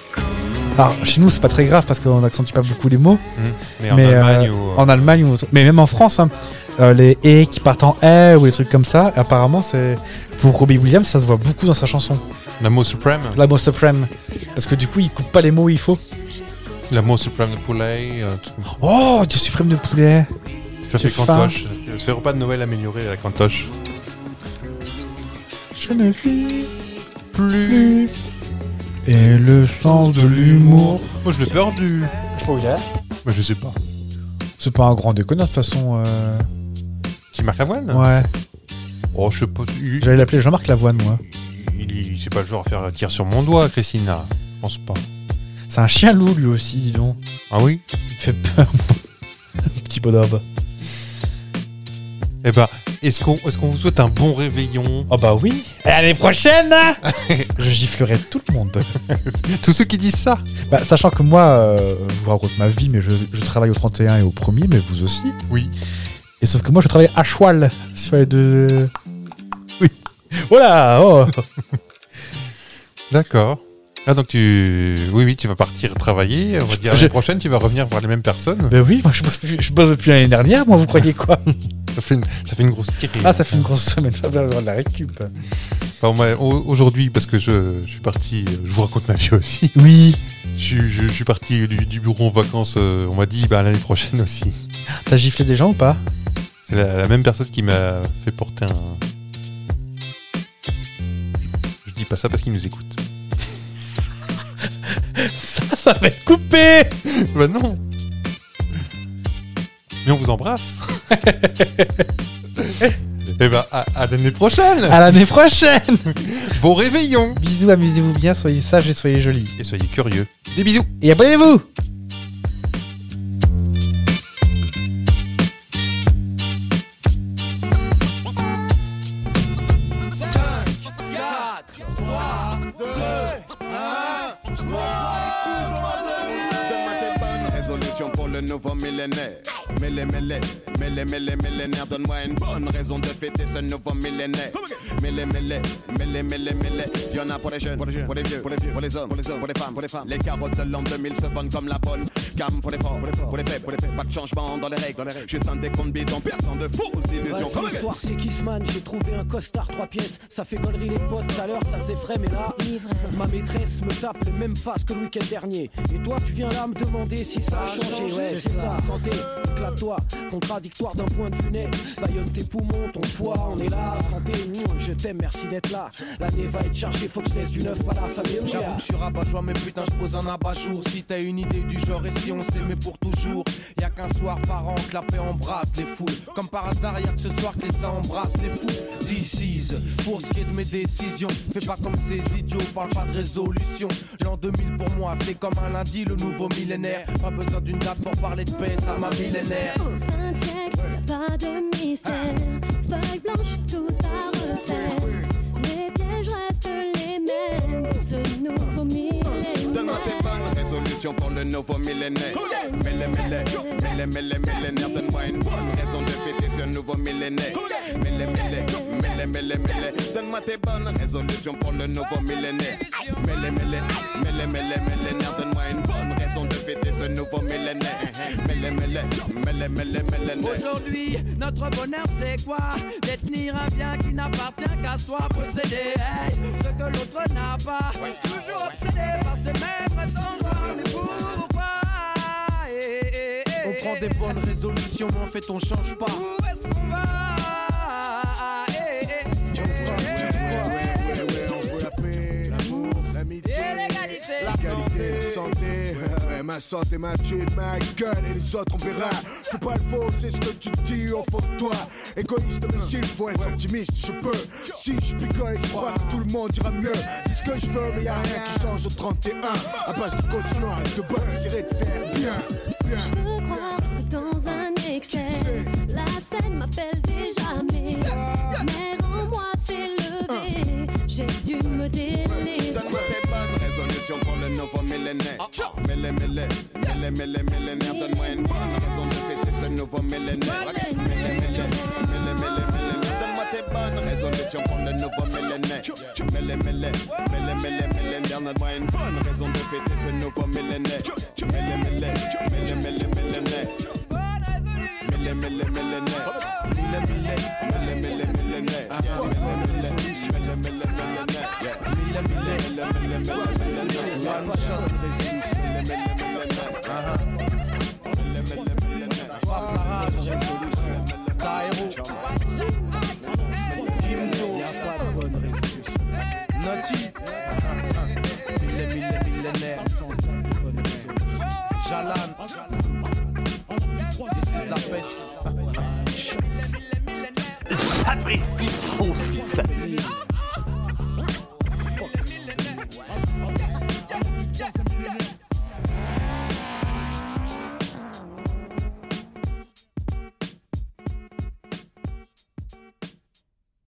Speaker 1: Alors, chez nous, c'est pas très grave parce qu'on n'accentue pas beaucoup les mots.
Speaker 3: Mm. Mais en
Speaker 1: Mais, euh,
Speaker 3: Allemagne ou.
Speaker 1: En Allemagne, ou autre- mais même en France, hein, euh, les et qui partent en eh ou des trucs comme ça, apparemment, c'est pour Robbie Williams, ça se voit beaucoup dans sa chanson,
Speaker 3: L'amour euh, suprême.
Speaker 1: La Most Supreme. Parce que du coup, il coupe pas les mots où il faut.
Speaker 3: L'amour suprême de poulet. euh, tout-
Speaker 1: Oh, Dieu suprême de poulet.
Speaker 3: Ça fait
Speaker 1: J'ai faim.
Speaker 3: cantoche. Ça fait repas de Noël amélioré à la cantoche.
Speaker 1: Je ne vis plus. Et le sens de l'humour.
Speaker 3: Moi je l'ai perdu.
Speaker 1: Je sais pas où il est.
Speaker 3: Mais je sais pas.
Speaker 1: C'est pas un grand déconneur de toute façon. euh,
Speaker 3: Qui marque la voile hein
Speaker 1: Ouais.
Speaker 3: Oh, je sais pas. Il,
Speaker 1: J'allais l'appeler Jean-Marc Lavoine, moi.
Speaker 3: il- il- c'est pas le genre à faire tir sur mon doigt, Christina. Je pense pas.
Speaker 1: C'est un chien loup, lui aussi, dis donc.
Speaker 3: Ah oui
Speaker 1: Il fait peur, mon petit bonhomme.
Speaker 3: Eh ben, est-ce qu'on est qu'on vous souhaite un bon réveillon
Speaker 1: Oh bah oui. Et à l'année prochaine hein. (laughs) Je giflerai tout le monde.
Speaker 3: Tous ceux qui disent ça
Speaker 1: Bah, sachant que moi, euh, je vous raconte ma vie, mais je, je travaille au 31 et au 1er, mais vous aussi.
Speaker 3: Oui.
Speaker 1: Et sauf que moi, je travaille à cheval sur les deux. Oui. Voilà oh. (laughs)
Speaker 3: D'accord. Ah, donc tu. Oui, oui, tu vas partir travailler. On va dire
Speaker 1: Je-
Speaker 3: l'année prochaine, tu vas revenir voir les mêmes personnes.
Speaker 1: Ben oui, moi je bosse, depuis- je bosse depuis l'année dernière, moi vous croyez quoi
Speaker 3: Ça fait une, ça fait une grosse tirée.
Speaker 1: Ah, ça fait une grosse semaine, ça va avoir de la récup.
Speaker 3: Enfin, moi, au- aujourd'hui, parce que je, je suis parti. euh, Je vous raconte ma vie aussi.
Speaker 1: Oui.
Speaker 3: Je, suis- je- je suis parti du, du bureau en vacances. euh, on m'a dit bah, l'année prochaine aussi.
Speaker 1: T'as giflé des gens ou pas
Speaker 3: C'est la, la même personne qui m'a fait porter un. Je dis pas ça parce qu'il nous écoute.
Speaker 1: Ça, (laughs) ça va être coupé
Speaker 3: (laughs) bah non Mais on vous (laughs) embrasse Et bah à, à l'année prochaine
Speaker 1: À l'année prochaine
Speaker 3: Bon réveillon
Speaker 1: Bisous, amusez-vous bien, soyez sages et soyez jolis.
Speaker 3: Et soyez curieux. Des bisous
Speaker 1: Et abonnez-vous
Speaker 6: Demain tes bonnes résolutions pour le nouveau millénaire. Mêlé, mêlé, mêlé, mêlé, millénaire. Donne-moi une bonne raison de fêter ce nouveau millénaire. Mêlé, mêlé, mêlé, mêlé, mêlé. Y'en a pour les jeunes, pour les jeunes, pour les vieux, pour les vieux, pour les hommes, pour les hommes, pour les femmes, pour les femmes. Les carottes de l'an 2000 se vendent comme la bonne. Cam pour les forts, pour les forts, pour les faibles, pour les faibles. Pas de changement dans les règles, dans les règles. Juste un décompte bidon, personne de fausses illusions.
Speaker 7: Vas-y, ce soir c'est Kissman, j'ai trouvé un costard 3 pièces. Ça fait gollerie les potes, tout à l'heure ça faisait frais, mais là, ma maîtresse me tape les mêmes faces que le week-end dernier. Et toi, tu viens là me demander si ça a Ah, changé, ouais, c'est ça. Santé, éclate-toi, contradictoire d'un point de vue net. Baillonne tes poumons, ton foie, on est là. Santé, mouah, je t'aime, merci d'être là. L'année va être chargée, faut que je laisse du neuf à la famille.
Speaker 4: J'avoue que je suis rabat joie mais putain je pose un abat jour Si t'as une idée du genre et si on s'aimait pour toujours Y'a qu'un soir par an que la paix embrasse les foules Comme par hasard y'a que ce soir que les uns embrassent les fous DC's Pour ce qui est de mes décisions Fais pas comme ces idiots, parle pas de résolution L'an 2000 pour moi c'est comme un lundi le nouveau millénaire Pas besoin d'une date pour parler de paix, ça m'a millénaire
Speaker 8: Fin de siècle, pas de mystère. Feuille blanche, tout à refaire. Les pièges restent les mêmes. pour Ce nouveau
Speaker 6: Donne-moi tes
Speaker 8: millénaire.
Speaker 6: bonnes résolutions pour le nouveau millénaire. Mêlé, mêlé, mêlé, mêlé, millénaire. Donne-moi une bonne raison de fêter ce nouveau millénaire. Mêlé, mêlé, mêlé, mêlé, mêlé. Donne-moi tes bonnes résolutions pour le nouveau millénaire. Mêlé, mêlé, mêlé, mêlé, millénaire. Donne-moi une bonne raison de fêter ce nouveau millénaire. Mêlé, mêlé, mêlé, mêlé, millénaire.
Speaker 4: Aujourd'hui, notre bonheur c'est quoi Détenir un bien qui n'appartient qu'à soi, posséder hey, ce que l'autre n'a pas. Toujours obsédé par ses mêmes rêves sans joie, mais pourquoi Eh, On prend des bonnes résolutions, mais en fait on change pas. Où est-ce qu'on Eh, va eh,
Speaker 9: La qualité, la santé, Ouais, ma santé, ma tête, ma gueule et les autres on verra. Faut pas le faux, c'est ce que tu dis au fond de toi. Égoïste, mais s'il faut être optimiste, je peux. Si je picole et que je crois que tout le monde ira mieux, c'est ce que je veux, mais y a rien qui change au 31. À base de continuer à te battre, j'irai te faire bien, bien.
Speaker 8: Je veux croire que dans un excès, la scène m'appelle déjà, mais mais en moi s'est levé. J'ai dû me délaisser.
Speaker 6: Donne-moi tes bonnes résolutions pour le nouveau millénaire. Mêlé, mêlé, mêlé, mêlé, millénaire. Donne-moi une bonne raison de fêter ce nouveau millénaire. Mêlé, mêlé, mêlé, mêlé, millénaire. Donne-moi révolution pour le nouveau millénaire. Mêlé, mêlé, mêlé, mêlé, millénaire. Donne-moi une bonne raison de fêter ce nouveau millénaire. Mêlé, mêlé, mêlé, mêlé, millénaire. Mêlé, mêlé, millénaire. Mêlé, mêlé, mêlé, mêlé, millénaire. Yeah, mêlé, mêlé, mêlé, mêlé, millénaire. Yeah. Mêlé, mêlé, mêlé, mêlé, millénaire. Mêlé, mêlé, mêlé, mêlé, millénaire.
Speaker 4: Faf la rage, révolution. Taïro. Kimdo. Y'a pas de bonne résolution. Naughty. Mille, mille, millénaire. Sans de bonne résolution. Jalan. This is la peste.
Speaker 10: Fabrice Tifosi.